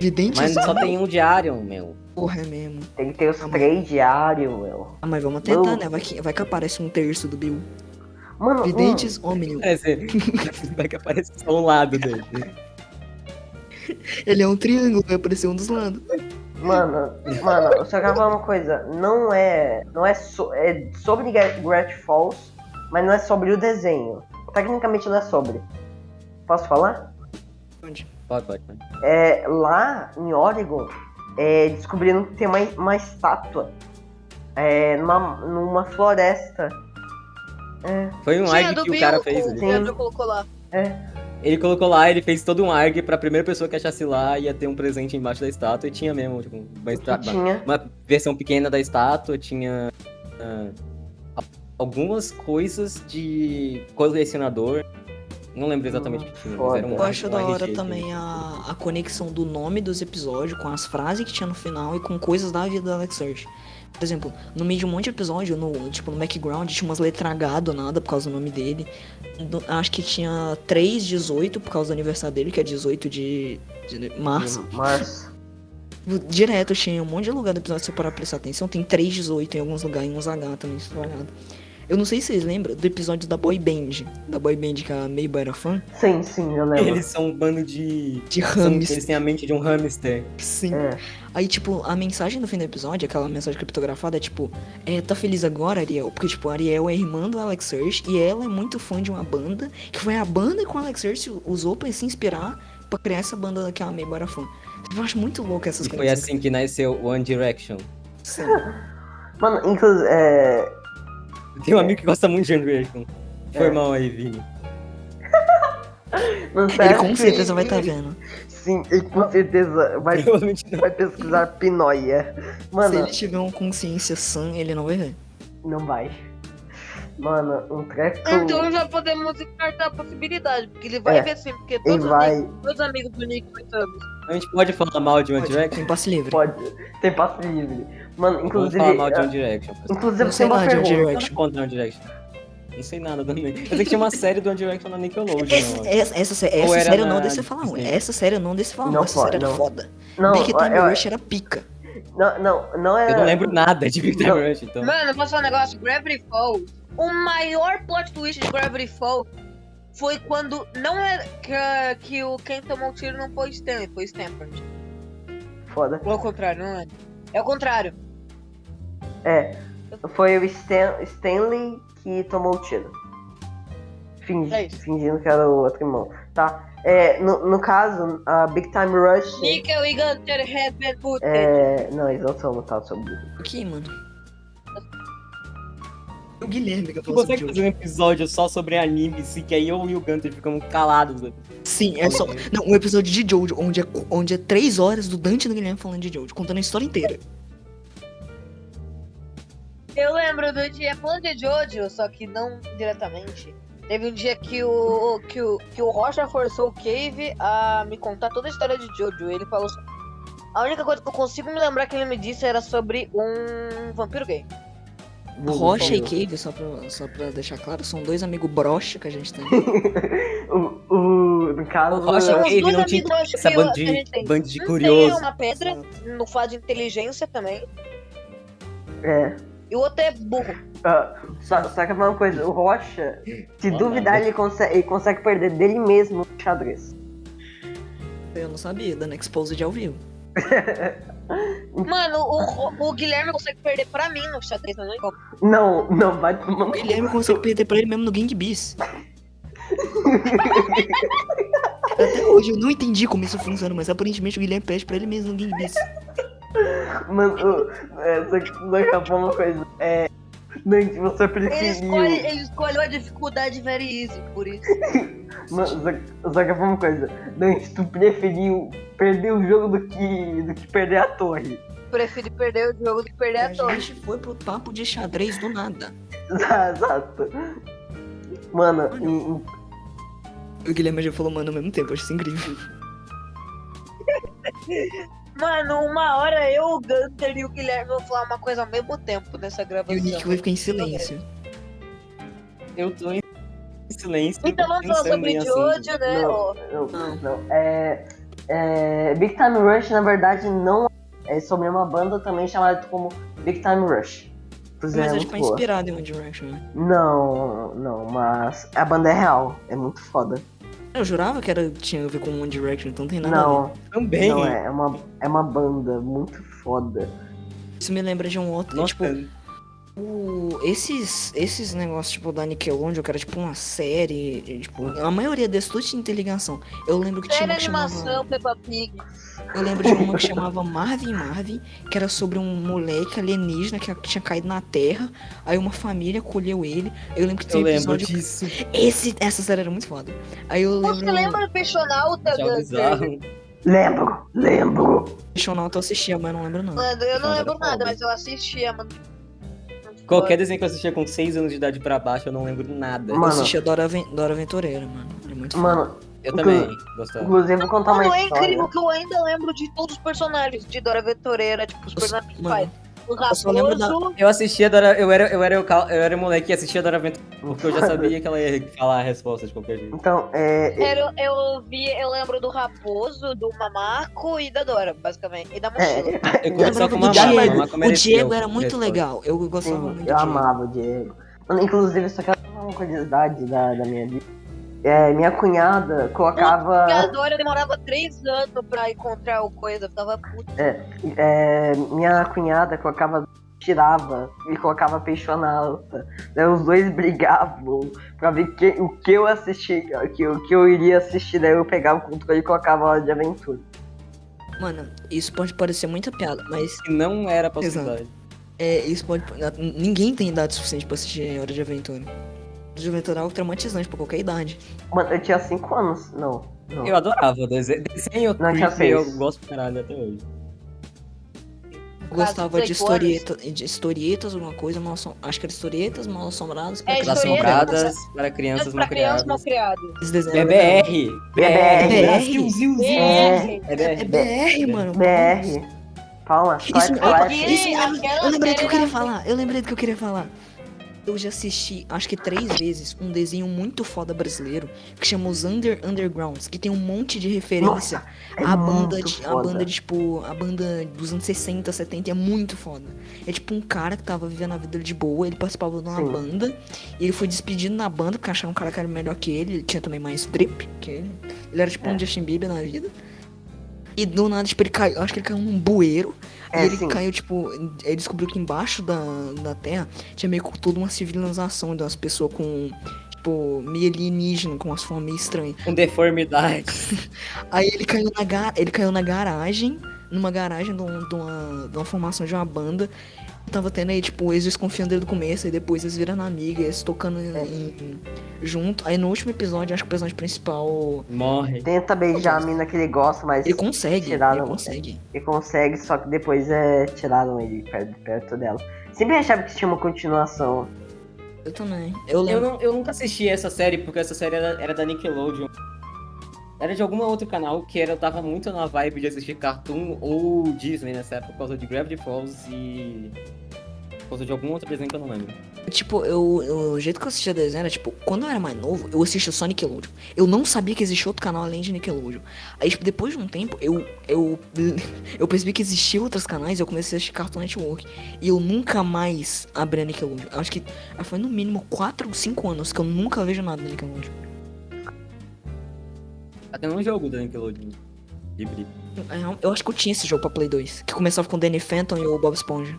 Speaker 2: Vidente
Speaker 3: Mas
Speaker 2: essa
Speaker 3: só tem um diário, meu.
Speaker 2: porra é mesmo.
Speaker 1: Tem que ter os três diários, meu.
Speaker 2: Ah, mas vamos tentar,
Speaker 1: Não.
Speaker 2: né? Vai que, vai que aparece um terço do Bill.
Speaker 1: Mano, hum,
Speaker 2: Videntes Omnium.
Speaker 3: Quer dizer, vai que É, aparece só um lado dele.
Speaker 2: Ele é um triângulo, vai aparecer um dos lados.
Speaker 1: Mano, mano, só quero falar uma coisa. Não é. Não é, so- é sobre Gra- Gravity Falls, mas não é sobre o desenho. Tecnicamente não é sobre. Posso falar?
Speaker 2: Onde?
Speaker 4: Pode, pode. pode.
Speaker 1: É, lá em Oregon, é, descobriram que tem uma, uma estátua é, numa, numa floresta.
Speaker 3: Foi um
Speaker 5: Tinha
Speaker 3: arg
Speaker 5: do
Speaker 3: que o
Speaker 5: Bill,
Speaker 3: cara fez.
Speaker 5: o
Speaker 3: ali.
Speaker 5: Pedro colocou lá.
Speaker 3: Ele colocou lá, ele fez todo um arg pra primeira pessoa que achasse lá ia ter um presente embaixo da estátua e tinha mesmo, tipo, uma,
Speaker 1: Que
Speaker 3: estra-
Speaker 1: tinha.
Speaker 3: uma versão pequena da estátua, tinha ah, al- algumas coisas de colecionador. Não lembro exatamente o que tinha, mas era um
Speaker 1: Foda.
Speaker 2: Eu acho
Speaker 3: um
Speaker 2: da hora
Speaker 3: RPG
Speaker 2: também a, a conexão do nome dos episódios com as frases que tinha no final e com coisas da vida da Alex Search. Por exemplo, no meio de um monte de episódio, no, tipo, no background, tinha umas letras H do nada por causa do nome dele. Do- acho que tinha 318 por causa do aniversário dele, que é 18 de, de
Speaker 1: Uhum.
Speaker 2: março.
Speaker 1: Mas.
Speaker 2: Direto tinha um monte de lugar do episódio, se eu parar pra prestar atenção, tem 318 em alguns lugares e uns H também espalhado. Eu não sei se vocês lembram do episódio da Boy Band. Da Boy Band que a Meiba era fã.
Speaker 1: Sim, sim, eu lembro.
Speaker 3: Eles são um bando de.
Speaker 2: De
Speaker 3: são-
Speaker 2: hamster.
Speaker 3: Eles têm a mente de um hamster.
Speaker 2: Sim.
Speaker 1: É.
Speaker 2: Aí, tipo, a mensagem no fim do episódio, aquela mensagem criptografada, é tipo, é, tá feliz agora, Ariel? Porque, tipo, a Ariel é irmã do Alex Hirsch e ela é muito fã de uma banda, que foi a banda que o Alex Hirsch usou pra se inspirar pra criar essa banda que a May era fã. Eu acho muito louco essas
Speaker 3: E foi
Speaker 2: conexões.
Speaker 3: assim que nasceu One Direction.
Speaker 2: Sim.
Speaker 1: Mano, inclusive. É,
Speaker 3: Tem um amigo que gosta muito de One Direction. Foi
Speaker 1: É.
Speaker 3: mal aí, Vini.
Speaker 1: não
Speaker 2: Ele
Speaker 1: sei,
Speaker 2: com
Speaker 1: acho
Speaker 2: certeza
Speaker 1: que-
Speaker 2: vai tá vendo.
Speaker 1: Sim, ele com certeza vai,
Speaker 3: Provavelmente não.
Speaker 1: vai pesquisar pinóia. Mano,
Speaker 2: Se ele tiver uma consciência sã, ele não vai ver.
Speaker 1: não vai. Mano, um treco.
Speaker 5: Então já podemos descartar a possibilidade, porque ele vai
Speaker 1: É.
Speaker 5: ver sim, porque
Speaker 1: Ele
Speaker 5: todos, os
Speaker 1: vai.
Speaker 5: Nick- todos os amigos do Nick vai saber.
Speaker 3: A gente pode falar mal de One
Speaker 2: Pode,
Speaker 3: Direction?
Speaker 2: Tem passe livre.
Speaker 1: Pode. Tem passe livre. Mano,
Speaker 3: Vamos
Speaker 1: inclusive.
Speaker 3: falar mal de
Speaker 2: é,
Speaker 1: ah,
Speaker 3: One Direction. pessoal.
Speaker 1: Inclusive,
Speaker 2: Não
Speaker 1: eu
Speaker 2: sei
Speaker 1: tenho uma
Speaker 2: nada de One
Speaker 1: pergunta.
Speaker 3: Nada
Speaker 2: Direction.
Speaker 3: contra One Direction. Não sei nada também. Eu sei que tinha uma série do One Direction na Nickelodeon.
Speaker 2: Essa, essa, essa, essa
Speaker 3: Ou era
Speaker 2: série eu não
Speaker 3: na
Speaker 2: deixa eu falar, não.
Speaker 3: Disney?
Speaker 2: Essa série eu não deixa eu falar, não.
Speaker 1: Não
Speaker 2: Essa
Speaker 1: pode,
Speaker 2: série era
Speaker 1: não.
Speaker 2: foda.
Speaker 1: Não,
Speaker 2: Big Time
Speaker 1: eu-
Speaker 2: Rush era pica.
Speaker 1: não, não, não é.
Speaker 3: Eu não lembro nada de Big Time
Speaker 1: Não.
Speaker 3: Rush, então.
Speaker 5: Mano, posso falar um negócio? Gravity Falls. O maior plot twist de Gravity Falls foi quando não é que, que o quem tomou o tiro não foi Stanley, foi Stanford.
Speaker 1: Foda.
Speaker 5: Ou ao contrário, não é? É o contrário.
Speaker 1: É. Foi o Stan- Stanley que tomou o tiro. Fingi-
Speaker 5: É isso.
Speaker 1: fingindo que era o outro irmão. Tá. É, no, no caso, a Big Time Rush.
Speaker 5: Nickel e Gunter have been booted.
Speaker 1: É. Não, eles não são mutados sobre isso.
Speaker 2: Aqui, mano. O Guilherme que eu
Speaker 3: Se
Speaker 2: falo sobre
Speaker 3: você quer
Speaker 2: hoje.
Speaker 3: fazer um episódio só sobre anime, se que aí eu e o Gunter ficamos calados. né?
Speaker 2: Sim, é só. Não, um episódio de Jojo, onde é, onde é três horas do Dante e do Guilherme falando de Jojo, contando a história inteira.
Speaker 5: Eu lembro do dia é falando de Jojo, só que não diretamente. Teve um dia que o que o, que o Rocha forçou o Cave a me contar toda a história de Jojo. Ele falou so- A única coisa que eu consigo me lembrar que ele me disse era sobre um vampiro gay.
Speaker 2: Rocha e Cave, só pra, só pra deixar claro, são dois amigos broxa que a gente tem.
Speaker 1: O, o, no caso.
Speaker 3: O Rocha
Speaker 5: São
Speaker 3: Cave
Speaker 5: os dois
Speaker 3: não tinha
Speaker 5: amigos, eu acho
Speaker 3: Essa
Speaker 5: que
Speaker 3: banda
Speaker 5: a gente
Speaker 3: de,
Speaker 5: tem.
Speaker 3: bando de
Speaker 5: Um tem
Speaker 3: curioso.
Speaker 5: uma pedra, no fato de inteligência também.
Speaker 1: É.
Speaker 5: E o outro é burro.
Speaker 1: Ah, só, só que eu vou falar uma coisa, o Rocha, se
Speaker 3: Fala
Speaker 1: duvidar,
Speaker 3: nada.
Speaker 1: ele consegue, ele consegue perder dele mesmo no xadrez.
Speaker 2: Eu não sabia, dando exposed ao vivo.
Speaker 5: Mano, o, Ro- o Guilherme consegue perder pra mim no xadrez, não é?
Speaker 1: Não, não, vai tomar. no
Speaker 2: O
Speaker 1: cu.
Speaker 2: Guilherme consegue perder pra ele mesmo no Gang Beasts. Até hoje eu não entendi como isso funciona, mas aparentemente o Guilherme perde pra ele mesmo no Gang Beasts.
Speaker 1: Mano, ô, é, só que só que eu vou falar uma coisa. É. Dante, você
Speaker 5: Ele
Speaker 1: preferiu.
Speaker 5: escolhe, ele escolheu a dificuldade very easy, por isso.
Speaker 1: Mano, só, só que eu vou falar uma coisa. Dante, tu preferiu perder o jogo do que, do que perder a torre.
Speaker 5: Prefiro perder o jogo do que
Speaker 2: E
Speaker 5: perder
Speaker 2: a
Speaker 5: a torre.
Speaker 2: gente foi pro papo de xadrez do nada.
Speaker 1: Exato. Mano, em- em-
Speaker 2: O Guilherme já falou, mano, ao mesmo tempo, eu acho isso incrível.
Speaker 5: Mano, uma hora eu, o Gunter e o Guilherme vão falar uma coisa ao mesmo tempo nessa
Speaker 2: E o
Speaker 5: gravação.
Speaker 2: Nick vai ficar em silêncio.
Speaker 3: Eu tô em silêncio.
Speaker 5: Então vamos falar
Speaker 3: pensando
Speaker 5: sobre
Speaker 3: em, assim,
Speaker 5: Jojo,
Speaker 2: tipo,
Speaker 5: né?
Speaker 1: não,
Speaker 5: ó.
Speaker 1: não, não. É, é, Big Time Rush, na verdade, não é sobre uma banda também chamada como Big Time Rush. Inclusive,
Speaker 2: Mas
Speaker 1: é
Speaker 2: acho
Speaker 1: muito
Speaker 2: que foi
Speaker 1: boa.
Speaker 2: inspirado em One Direction, né?
Speaker 1: Não, não, mas a banda é real, é muito foda.
Speaker 2: Eu jurava que era, tinha a ver com One Direction, então não tem nada a ver.
Speaker 1: Não,
Speaker 3: Também.
Speaker 1: não é, é uma, é uma é banda muito foda.
Speaker 2: Isso me lembra de um outro.
Speaker 3: Nossa,
Speaker 2: tipo, o- esses, esses negócios, tipo, da Nickelodeon, que era tipo uma série. e, Tipo, a maioria desses tudo tinha interligação. Eu lembro que tinha
Speaker 5: Série
Speaker 2: uma que chamava.
Speaker 5: animação, Peppa Pig.
Speaker 2: Eu lembro de uma que chamava Marvin Marvin, que era sobre um moleque alienígena que tinha caído na Terra. Aí uma família colheu ele. Eu lembro que tem
Speaker 3: eu
Speaker 2: um
Speaker 3: lembro
Speaker 2: episódio.
Speaker 3: disso.
Speaker 2: Esse, essa série era muito foda. Aí eu lembro.
Speaker 5: Você lembra do Peixonauta,
Speaker 3: Tchau, é bizarro.
Speaker 5: Gunter?
Speaker 1: Lembro, lembro.
Speaker 2: Peixonauta eu assistia, mas não lembro não.
Speaker 5: Mano, eu não
Speaker 3: Cara,
Speaker 5: lembro nada,
Speaker 3: foda.
Speaker 5: mas eu assistia, mano.
Speaker 3: Qualquer desenho que eu assistia com 6 anos de idade pra baixo, eu não lembro nada.
Speaker 2: Eu
Speaker 1: Mano.
Speaker 2: assistia Dora, Aven- Dora Aventureira, mano. Era muito foda.
Speaker 1: Mano,
Speaker 3: Eu
Speaker 1: Inclu-
Speaker 3: também gostava.
Speaker 1: inclusive vou contar
Speaker 5: Mano,
Speaker 1: uma
Speaker 5: é incrível
Speaker 1: história.
Speaker 5: que eu ainda lembro de todos os personagens de Dora Aventureira, tipo, os
Speaker 2: Eu só-
Speaker 5: personagens
Speaker 2: mano,
Speaker 5: principais. O
Speaker 2: eu só lembro da-
Speaker 5: Raposo,
Speaker 3: Eu assistia Dora. Eu era, eu era, o cal- eu era moleque e assistia Dora Aventura, porque eu já sabia que ela ia falar a resposta de qualquer jeito.
Speaker 1: Então, é,
Speaker 5: era- eu vi, eu lembro do Raposo, do Mamaco e da Dora, basicamente. E da mochila.
Speaker 1: é,
Speaker 3: Eu
Speaker 2: Eu
Speaker 3: comecei
Speaker 2: lembrava
Speaker 3: com
Speaker 2: do
Speaker 3: uma
Speaker 2: Diego.
Speaker 3: mama,
Speaker 2: o Diego era muito legal. Eu gostava
Speaker 1: Sim,
Speaker 2: muito do
Speaker 1: Uhum, eu
Speaker 2: Diego.
Speaker 1: amava o Diego. Mano, inclusive, só quero falar uma curiosidade da, da minha vida. É, minha cunhada colocava.
Speaker 5: Porque a Dora demorava três anos pra encontrar o coisa, eu ficava puta.
Speaker 1: é, minha cunhada colocava. Tirava e colocava peixonauta. Daí os dois brigavam pra ver que- o que eu assisti, o que, o que eu iria assistir. Daí eu pegava o controle e colocava hora de aventura.
Speaker 2: Mano, isso pode parecer muita piada, mas
Speaker 3: Que não era possibilidade.
Speaker 2: é, isso pode. Ninguém tem idade suficiente pra assistir Hora de Aventura. Hora de Aventura é algo traumatizante pra qualquer idade.
Speaker 1: Mano, eu tinha 5 anos. Não, não.
Speaker 3: Eu adorava desenho. Desenho
Speaker 1: Não tinha
Speaker 3: creepy, eu
Speaker 1: seis.
Speaker 3: gosto pra caralho até hoje.
Speaker 2: Eu gostava de,
Speaker 5: dos oito anos.
Speaker 2: historieta, de historietas, alguma coisa, mal assom- acho que era historietas mal assombradas. pra
Speaker 5: É,
Speaker 2: criança.
Speaker 5: historieta. É
Speaker 3: Assombradas para crianças
Speaker 5: Pra
Speaker 3: mal
Speaker 5: criança mal
Speaker 3: criadas. É
Speaker 5: criado.
Speaker 2: Esses desenhos eram legais.
Speaker 3: BBR.
Speaker 1: BBR.
Speaker 3: Brasilzilzinho.
Speaker 1: É.
Speaker 3: É
Speaker 2: É, é
Speaker 3: BR.
Speaker 2: BR, mano.
Speaker 1: BR. Palma, clap,
Speaker 2: Isso,
Speaker 1: clap.
Speaker 5: aqui-
Speaker 2: isso,
Speaker 5: aquela
Speaker 2: eu lembrei do que eu
Speaker 5: série
Speaker 2: queria
Speaker 5: era-
Speaker 2: falar. Eu lembrei do que eu queria falar. Eu já assisti, acho que três vezes, um desenho muito foda brasileiro que chama os Under Undergrounds, que tem um monte de referência
Speaker 1: É
Speaker 2: à banda
Speaker 1: muito
Speaker 2: de, a
Speaker 1: foda.
Speaker 2: banda de, tipo, a banda dos anos 60, 70 é muito foda. É tipo um cara que tava vivendo a vida de boa, ele participava de uma
Speaker 1: Sim.
Speaker 2: banda e ele foi despedido na banda porque acharam um cara que era melhor que ele, ele tinha também mais drip que ele. Ele era tipo um
Speaker 1: É.
Speaker 2: Justin Bieber na vida. E do nada, tipo, ele caiu, acho que ele caiu num bueiro
Speaker 1: É,
Speaker 2: e ele
Speaker 1: sim.
Speaker 2: caiu, tipo, ele descobriu que embaixo da, da terra tinha meio que toda uma civilização das pessoas com, tipo, meio alienígena, com umas formas meio estranhas.
Speaker 3: Com deformidade.
Speaker 2: Aí ele caiu na, ga- ele caiu na garagem, numa garagem de, um- de uma, de uma formação de uma banda. Tava tendo aí, tipo, eles desconfiando dele do começo, aí depois eles virando amiga, eles tocando em- em- junto. Aí no último episódio, acho que o personagem principal.
Speaker 3: Morre.
Speaker 1: Tenta beijar a mina que ele gosta, mas
Speaker 2: Ele consegue,
Speaker 1: Tiraram-
Speaker 2: ele consegue.
Speaker 1: ele consegue, só que depois é, tiraram ele perto, perto dela. Sempre achava que tinha uma continuação.
Speaker 2: Eu também. Eu
Speaker 3: Eu,
Speaker 2: lembro.
Speaker 3: não- eu nunca assisti essa série, porque essa série era, era da Nickelodeon. Era de algum outro canal que era, eu tava muito na vibe de assistir Cartoon ou Disney nessa época, por causa de Gravity Falls e. Por causa de algum outro desenho que eu não lembro.
Speaker 2: Tipo, eu, eu- o jeito que eu assistia desenho era, tipo, quando eu era mais novo, eu assistia só Nickelodeon. Eu não sabia que existia outro canal além de Nickelodeon. Aí, tipo, depois de um tempo, eu, eu, eu percebi que existiam outros canais e eu comecei a assistir Cartoon Network. E eu nunca mais abri a Nickelodeon. Acho que foi no mínimo 4 ou 5 anos que eu nunca vejo nada da Nickelodeon.
Speaker 3: Até num Tá um jogo da Nickelodeon. De briga.
Speaker 2: É, Eu- Eu acho que eu tinha esse jogo pra Play 2, que começava com o Danny Phantom e o Bob Esponja.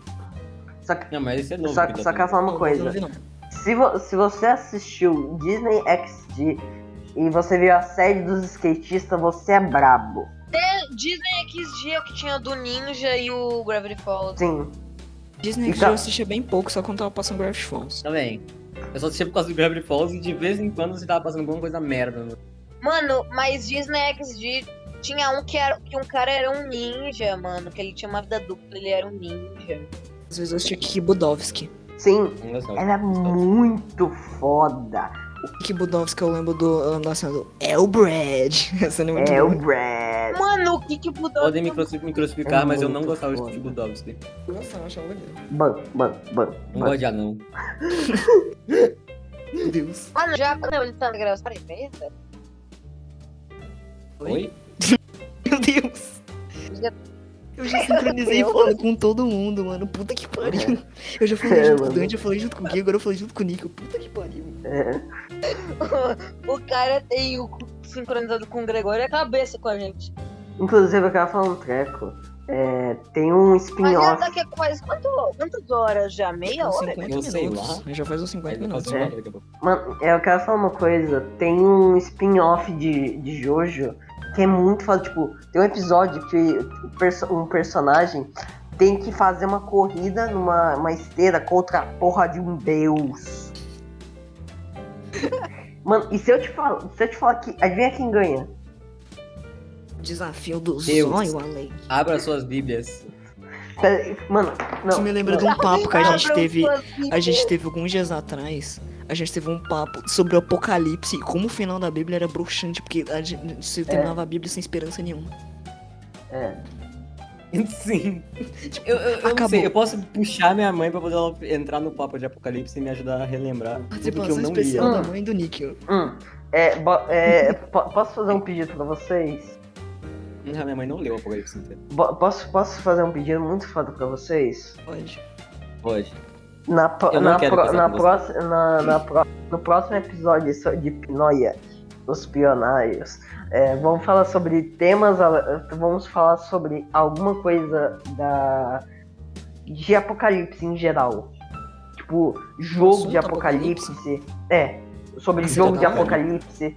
Speaker 1: Só que,
Speaker 3: Não, mas esse é novo.
Speaker 1: só,
Speaker 3: que tá
Speaker 1: só quero
Speaker 3: tendo.
Speaker 1: falar
Speaker 2: Não,
Speaker 1: uma
Speaker 2: não
Speaker 1: coisa.
Speaker 2: vi, não.
Speaker 1: Se, vo- se você assistiu Disney XD e você viu a série dos skatistas, você é brabo.
Speaker 5: Disney XD é o que tinha do Ninja e o Gravity Falls.
Speaker 1: Sim.
Speaker 2: Disney
Speaker 1: Então-
Speaker 2: eu assistia bem pouco, só quando tava passando Gravity Falls.
Speaker 3: Também. Tá Eu só assistia por causa do Gravity Falls e de vez em quando se tava passando alguma coisa merda. né?
Speaker 5: Mano, mas Disney XD tinha um que, era, que um cara era um ninja, mano. Que ele tinha uma vida dupla, ele era um ninja.
Speaker 2: Às vezes eu assistia Kiki Budowski.
Speaker 1: Sim,
Speaker 3: Não gostava.
Speaker 1: ela é muito foda.
Speaker 2: Que Budowski eu lembro do. Eu lembro da cena do É o Brad. Essa cena é muito
Speaker 1: É o
Speaker 2: boa.
Speaker 1: Brad.
Speaker 5: Mano, o que que mudou?
Speaker 3: Podem me, cruci- me crucificar,
Speaker 1: É
Speaker 3: mas eu
Speaker 1: muito
Speaker 3: não gostava tipo de
Speaker 1: foda.
Speaker 3: Steve Budowski.
Speaker 2: Nossa, eu achava legal.
Speaker 1: Ban, ban, ban.
Speaker 3: né? Não
Speaker 1: ban.
Speaker 3: gosto de anão.
Speaker 2: Meu Deus.
Speaker 5: Mano, já quando ele tá na gravação, peraí, peraí,
Speaker 2: Oi?
Speaker 3: Oi?
Speaker 2: Meu Deus.
Speaker 5: Já-
Speaker 2: Eu já sincronizei
Speaker 5: Meu
Speaker 2: falando com todo mundo, mano. Puta que pariu. Eu já falei
Speaker 1: É,
Speaker 2: junto com o
Speaker 1: mano.
Speaker 2: Dante, eu falei junto com o Gui, agora eu falei junto com o Nico. Puta que pariu.
Speaker 1: É,
Speaker 5: o cara tem o cu sincronizado com o Gregório e a cabeça com a gente.
Speaker 1: Inclusive, eu quero falar um treco. É, tem um
Speaker 5: Mas já
Speaker 1: spin-off.
Speaker 5: daqui a quase quanto, quantas horas já? Meia
Speaker 2: Uns
Speaker 5: hora?
Speaker 2: 50
Speaker 3: Eu sei
Speaker 2: minutos. Já faz uns 50
Speaker 3: Ainda
Speaker 2: minutos.
Speaker 3: faço uma merda, mano.
Speaker 1: Mano, é, eu quero falar uma coisa. Tem um spin-off de, de Jojo que é muito foda. Tipo, tem um episódio que o perso- um personagem tem que fazer uma corrida numa uma esteira contra a porra de um deus. Mano, e se eu te falo, se eu te falar que. Adivinha quem ganha?
Speaker 2: Desafio do
Speaker 3: Deus.
Speaker 2: zóio, Além.
Speaker 3: Abra suas bíblias.
Speaker 1: Pera- Mano, não.
Speaker 2: Isso me lembra de
Speaker 1: não.
Speaker 2: um papo que a gente
Speaker 5: Abram
Speaker 2: teve.
Speaker 5: suas
Speaker 2: A gente teve alguns dias atrás, a gente teve um papo sobre o apocalipse e como o final da Bíblia era bruxante, porque a gente se terminava a Bíblia sem esperança nenhuma.
Speaker 1: É.
Speaker 3: Sim. Eu, eu, eu não
Speaker 2: Acabou.
Speaker 3: sei, eu posso puxar minha mãe pra poder ela entrar no papo de Apocalipse e me ajudar a relembrar tudo que eu
Speaker 2: Participação
Speaker 3: não lia.
Speaker 2: especial da
Speaker 1: Hum.
Speaker 2: mãe do Níquel.
Speaker 1: Hum, é, bo- é, po- posso fazer um pedido pra vocês?
Speaker 3: Ah, minha mãe não leu o Apocalipse inteiro.
Speaker 1: Bo- posso, posso fazer um pedido muito foda pra vocês?
Speaker 2: Pode.
Speaker 3: Pode.
Speaker 1: Na, pro-
Speaker 3: Eu não
Speaker 1: na,
Speaker 3: quero
Speaker 1: pro-
Speaker 3: casar
Speaker 1: na,
Speaker 3: com você.
Speaker 1: próxima, na, na pró- no próximo episódio só de Pinóia, os pionários, é, vamos falar sobre temas, ale- vamos falar sobre alguma coisa da de apocalipse em geral. Tipo, jogo de
Speaker 2: Assunto
Speaker 1: apocalipse. É, sobre
Speaker 2: Isso
Speaker 1: jogo
Speaker 2: é
Speaker 1: de
Speaker 2: da hora.
Speaker 1: apocalipse.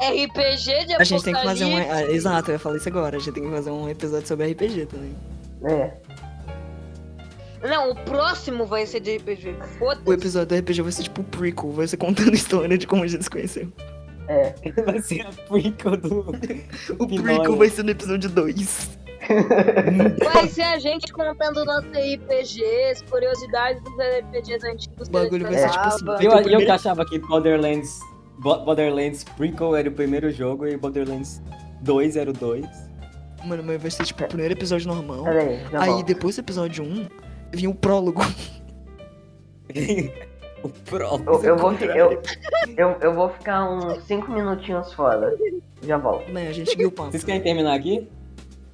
Speaker 5: RPG de
Speaker 2: A gente tem que fazer um.
Speaker 5: apocalipse.
Speaker 2: ah, exato, eu ia falar isso agora. A gente tem que fazer um episódio sobre RPG também.
Speaker 1: É,
Speaker 5: Não, o próximo vai ser de RPG.
Speaker 2: O
Speaker 5: Foda-se.
Speaker 2: episódio do RPG vai ser tipo um prequel, vai ser contando a história de como a gente se conheceu.
Speaker 1: é.
Speaker 3: Vai ser a prequel do.
Speaker 2: O
Speaker 3: Pinóia.
Speaker 2: prequel vai ser no episódio 2.
Speaker 5: Vai ser a gente contando nossos RPGs, curiosidades dos RPGs antigos.
Speaker 2: O bagulho vai ser tipo assim,
Speaker 5: Teletubbies.
Speaker 2: vai
Speaker 3: Eu,
Speaker 2: ter o
Speaker 3: eu que
Speaker 2: primeiro-
Speaker 3: achava que Borderlands. Bo- Borderlands prequel era o primeiro jogo e Borderlands 2 era o 2.
Speaker 2: Mano, mas vai ser tipo o primeiro episódio normal.
Speaker 1: Pera aí, já
Speaker 2: Aí
Speaker 1: volto.
Speaker 2: depois do episódio 1, vinha o prólogo.
Speaker 3: o próprio.
Speaker 1: Eu, eu vou, fi- eu, eu, eu vou ficar uns 5 minutinhos fora. Já volto.
Speaker 2: Mano, a gente guiou o papo.
Speaker 3: Vocês querem terminar aqui?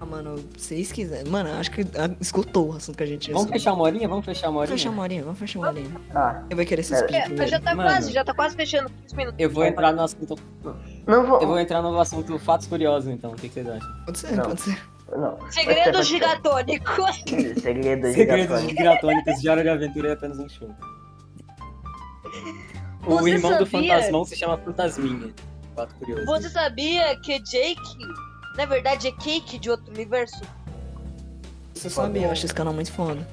Speaker 2: Ah, mano, vocês quiserem. Mano, acho que ah, escutou o assunto que a gente tinha.
Speaker 3: Vamos fechar uma horinha? Vamos fechar uma
Speaker 2: Vamos
Speaker 3: horinha?
Speaker 2: fechar uma horinha, vamos fechar uma horinha.
Speaker 1: Tá.
Speaker 2: Eu vou querer se
Speaker 1: É,
Speaker 2: despedir
Speaker 5: É, mas
Speaker 2: primeiro.
Speaker 5: já tá
Speaker 3: Mano.
Speaker 5: quase, já tá quase fechando 15 minutos.
Speaker 3: Eu vou entrar no assunto.
Speaker 1: Não vou.
Speaker 3: Eu vou entrar no assunto fatos curiosos, então. O que, que vocês acham?
Speaker 2: Pode ser,
Speaker 1: Não.
Speaker 2: pode ser.
Speaker 1: Não. Vai ser- vai
Speaker 5: Segredos
Speaker 1: ser-
Speaker 5: gigatônicos.
Speaker 1: Segredo
Speaker 3: Segredos
Speaker 1: gigatônico.
Speaker 3: gigatônicos de Hora de Aventura é apenas um show. O
Speaker 5: Você
Speaker 3: irmão do
Speaker 5: sabia?
Speaker 3: fantasmão se chama Fantasminha. Fato curioso.
Speaker 5: Você sabia que Jake, na verdade, é Cake de outro universo?
Speaker 2: Você sabe, eu acho esse canal muito foda.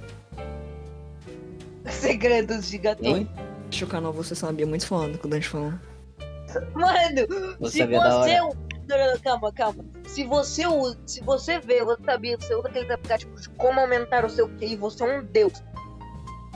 Speaker 5: Segredos
Speaker 3: Oi?
Speaker 5: gigatônicos.
Speaker 2: Acho o canal Você Sabia muito foda, quando a gente falou.
Speaker 5: Mano,
Speaker 3: Você
Speaker 5: se
Speaker 3: vê da
Speaker 5: você. um
Speaker 3: hora.
Speaker 5: Não, não, não, calma, calma. Se você usa, se você vê, você sabia, você usa aquele aplicativo de como aumentar o seu QI, você é um deus.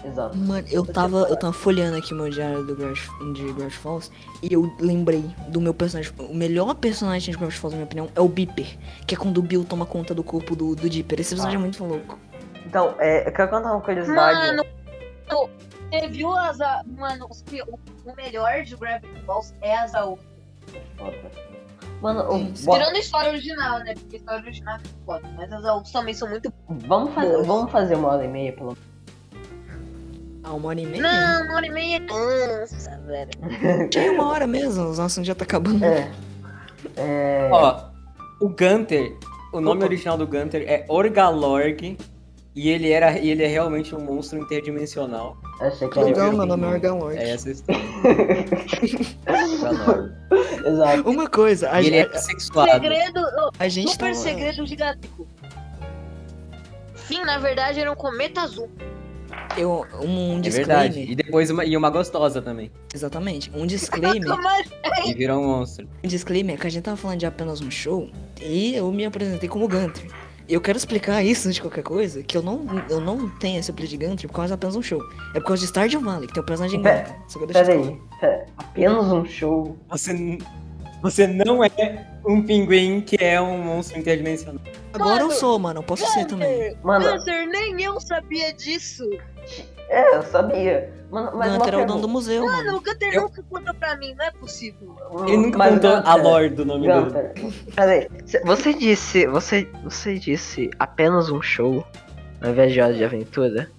Speaker 1: Exato.
Speaker 2: Mano, eu tava, eu tava folheando aqui meu diário do Grudge, de Grudge Falls e eu lembrei do meu personagem. O melhor personagem de Grudge Falls, na minha opinião, é o Beeper, que é quando o Bill toma conta do corpo do, do Dipper. Esse personagem é muito louco.
Speaker 1: Então, é, eu quero contar uma curiosidade.
Speaker 5: Mano, você viu as. a- Mano, os pi- o o melhor de Gravity Falls é as AU.
Speaker 1: Foda. Mano, o-
Speaker 2: Sim, sim.
Speaker 1: bo-
Speaker 5: Tirando a história original, né? Porque a história original é foda. Mas as AU também são muito.
Speaker 1: vamos, fazer, vamos fazer uma hora e meia, pelo
Speaker 2: Ah, uma hora e meia?
Speaker 5: Não, uma hora e meia. Nossa, velho.
Speaker 2: Já é uma hora mesmo, os assuntos já tá acabando.
Speaker 1: É. É.
Speaker 3: Ó, o Gunter, o nome
Speaker 2: Opa.
Speaker 3: original do Gunter é Orgalorg. E ele, era, e ele é realmente um monstro interdimensional.
Speaker 1: Achei que
Speaker 3: Ele
Speaker 1: era.
Speaker 2: Orgal,
Speaker 3: virou
Speaker 2: meu nome é
Speaker 3: um-
Speaker 2: Orgalorg.
Speaker 3: É essa a história. Orgalorg.
Speaker 1: Exato.
Speaker 2: Uma coisa, a,
Speaker 3: E ele
Speaker 2: gente
Speaker 3: é sexuado.
Speaker 5: Segredo. ô,
Speaker 2: a gente
Speaker 5: Super
Speaker 2: tava-
Speaker 5: segredo gigantesco. Sim, na verdade era um cometa azul.
Speaker 2: Eu, um
Speaker 3: É
Speaker 2: disclaimer.
Speaker 3: verdade. E depois uma, e uma gostosa também.
Speaker 2: Exatamente. Um disclaimer.
Speaker 5: Mas
Speaker 3: E virou um monstro.
Speaker 2: um disclaimer é que a gente tava falando de apenas um show e eu me apresentei como Gunter. Eu quero explicar isso antes de qualquer coisa, que eu não, eu não tenho esse apelido de Gunter por causa de apenas um show. É por causa de Stardew Valley, que tem o personagem
Speaker 1: Pera-
Speaker 2: Gunter. Só que eu
Speaker 1: Pera
Speaker 2: deixei
Speaker 1: aí. Pera. Apenas um show.
Speaker 3: Você, n- você não é um pinguim que é um monstro interdimensional.
Speaker 2: Agora eu
Speaker 5: Mano,
Speaker 2: sou, mano. Eu posso ser também.
Speaker 5: Gunter,
Speaker 1: Mano,
Speaker 5: Gunter, nem eu sabia disso.
Speaker 1: é, eu sabia. Mano, mas
Speaker 2: Gunter é o
Speaker 1: uma
Speaker 2: dono
Speaker 1: pergunta.
Speaker 2: do museu, mano.
Speaker 5: Mano, o Gunter
Speaker 3: Eu- Ah,
Speaker 5: nunca contou pra mim, não é possível.
Speaker 3: Ele nunca
Speaker 1: Mas,
Speaker 3: contou a
Speaker 1: Gunter,
Speaker 3: lore do nome dele.
Speaker 1: Gunter, peraí. Cê- Você disse. Você, você disse apenas um show ao invés de hora de aventura?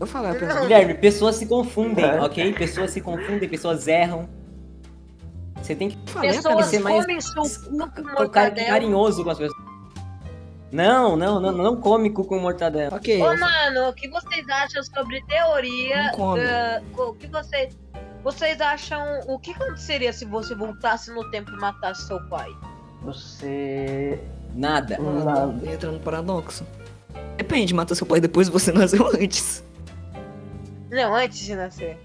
Speaker 2: Eu falei apenas um
Speaker 5: Não.
Speaker 3: Guilherme, pessoas se confundem,
Speaker 1: É.
Speaker 3: ok? Pessoas se confundem, pessoas erram. Você tem que
Speaker 2: Falei apenas um
Speaker 5: Pessoas
Speaker 3: ser mais-
Speaker 5: comem seu cu com
Speaker 3: ser um cara
Speaker 5: mortadela.
Speaker 3: carinhoso com as pessoas. Não, não, não, não come cu com mortadela.
Speaker 2: Ok,
Speaker 5: Ô, mano, o que vocês acham sobre
Speaker 2: Não
Speaker 5: teoria?
Speaker 2: come.
Speaker 5: da- co- o que vocês. Vocês acham. O que aconteceria se você voltasse no tempo e matasse seu pai?
Speaker 1: Você.
Speaker 3: Nada.
Speaker 1: Nada.
Speaker 2: entra no paradoxo. Depende, mata seu pai depois você nasceu antes.
Speaker 5: Não, antes de nascer.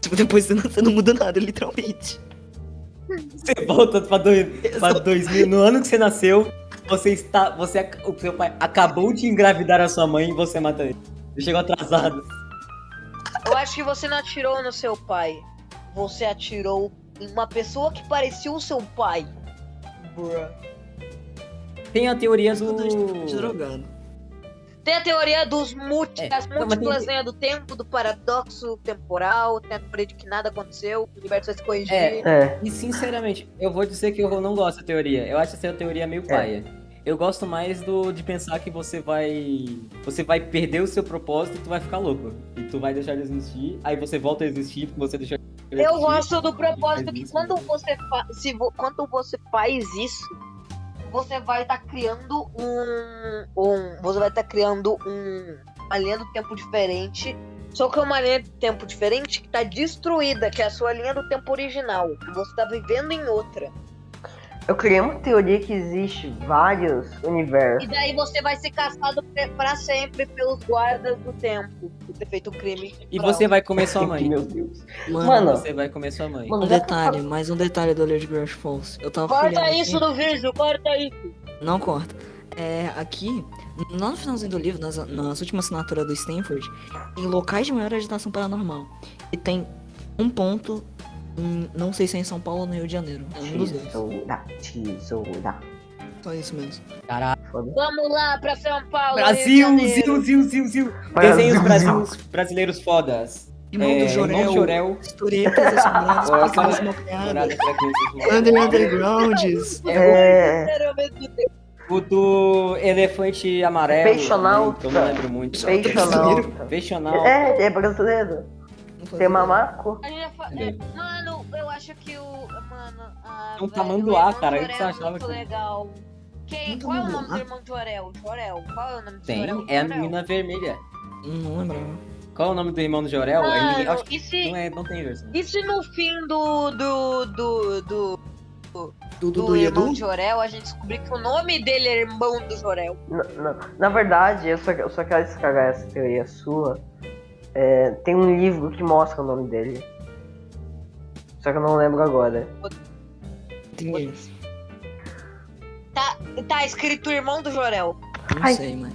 Speaker 2: Tipo, depois você nasceu não muda nada, literalmente.
Speaker 3: Você volta pra, dois, pra 2000, no ano que você nasceu, você está, você, ac- o seu pai acabou de engravidar a sua mãe e você mata ele. Ele chegou atrasado.
Speaker 5: Eu acho que você não atirou no seu pai. Você atirou em uma pessoa que parecia o seu pai. Bruh.
Speaker 3: Tem a teoria do...
Speaker 2: Tô é drogado.
Speaker 5: Tem a teoria dos múlti
Speaker 3: É,
Speaker 5: das
Speaker 3: não, mas
Speaker 5: múltiplas
Speaker 3: tem-
Speaker 5: linhas do tempo, do paradoxo temporal, tem a teoria de que nada aconteceu, o universo vai se corrigir.
Speaker 3: É.
Speaker 1: É.
Speaker 3: E sinceramente, eu vou dizer que eu não gosto da teoria. Eu acho essa teoria meio paia. Eu gosto mais do de pensar que você vai. Você vai perder o seu propósito e tu vai ficar louco. E tu vai deixar de existir, aí você volta a existir porque você deixou de existir.
Speaker 5: Eu gosto do propósito
Speaker 3: Faz
Speaker 5: que
Speaker 3: isso,
Speaker 5: quando
Speaker 3: né?
Speaker 5: você, fa- se vo- quando você faz isso, você vai estar criando um, um- Você vai estar criando um, uma linha do tempo diferente. Só que é uma linha do tempo diferente que tá destruída, que é a sua linha do tempo original. Você tá vivendo em outra.
Speaker 1: Eu criei uma teoria que existe vários
Speaker 5: E
Speaker 1: universos.
Speaker 5: daí você vai ser caçado pe- pra sempre pelos guardas do tempo por ter feito um crime.
Speaker 3: E você vai comer sua mãe.
Speaker 1: Tipo, Meu Deus.
Speaker 2: Mano,
Speaker 1: Mano,
Speaker 3: Você vai comer sua mãe.
Speaker 2: um
Speaker 1: Mano, já
Speaker 2: detalhe, mais um detalhe do Alert Grass Falls. Eu tava
Speaker 5: tá Corta
Speaker 3: né?
Speaker 2: folheando
Speaker 5: isso
Speaker 2: aqui-
Speaker 5: do vídeo, corta isso.
Speaker 2: Não corta. É, aqui, lá no finalzinho do livro, nas, nas últimas assinaturas do Stanford, tem locais de maior agitação paranormal. E tem um ponto, em- não sei se é em São Paulo ou no Rio de Janeiro. É um dos dois.
Speaker 1: Tesoura, tesoura.
Speaker 2: Só isso mesmo.
Speaker 3: Caralho.
Speaker 1: Foda.
Speaker 5: Vamos lá pra São Paulo.
Speaker 3: Brasil,
Speaker 5: Rio de Janeiro.
Speaker 3: Zil, Zil, Zil, Zil. Desenhos brasileiros, brasileiros fodas.
Speaker 2: Irmão
Speaker 3: É,
Speaker 2: do Jorel.
Speaker 3: Irmão Jorel.
Speaker 2: Historietas assombradas,
Speaker 3: Olha,
Speaker 2: pecados
Speaker 3: cara.
Speaker 2: malcriadas.
Speaker 3: Dourada, Fragrância, Flor.
Speaker 2: Under Undergrounds.
Speaker 1: É.
Speaker 3: O do elefante amarelo.
Speaker 1: Peixonauta.
Speaker 3: Eu não lembro muito.
Speaker 1: Peixonauta.
Speaker 3: Peixonauta.
Speaker 1: É, é brasileiro.
Speaker 3: é.
Speaker 1: Tem mamaco.
Speaker 5: A gente já fa- é, Mano, eu acho que o. Mano, a.
Speaker 3: É um
Speaker 5: velho,
Speaker 3: tamanduá,
Speaker 5: irmão
Speaker 3: cara,
Speaker 5: do
Speaker 3: o que
Speaker 5: Orel
Speaker 3: você
Speaker 5: é
Speaker 3: achava
Speaker 5: Muito
Speaker 3: que-
Speaker 5: legal. Quem?
Speaker 2: Um
Speaker 5: Qual é o nome do
Speaker 2: tamanduá?
Speaker 5: irmão do Orel? Jorel. Qual é o nome do
Speaker 3: Tem,
Speaker 5: Jorel?
Speaker 3: é a
Speaker 5: Jorel.
Speaker 3: menina vermelha.
Speaker 2: Não lembrava.
Speaker 3: Qual é o nome do irmão do Jorel? É ninguém-
Speaker 5: Mano,
Speaker 3: acho que
Speaker 5: e se,
Speaker 3: não, é, não tem versão.
Speaker 5: Ah, e se no fim do. do. do. do,
Speaker 2: Do
Speaker 5: do
Speaker 2: Dudu e
Speaker 5: irmão
Speaker 2: Edu?
Speaker 5: de Jorel, a gente descobriu que o nome dele é irmão do Jorel.
Speaker 1: Na, na- na verdade, eu só, eu só quero descargar essa teoria sua. É, tem um livro que mostra o nome dele. Só que eu não lembro agora.
Speaker 2: Entendi.
Speaker 5: Tá escrito irmão do Jorel.
Speaker 2: Não
Speaker 1: Ai.
Speaker 2: sei, mano.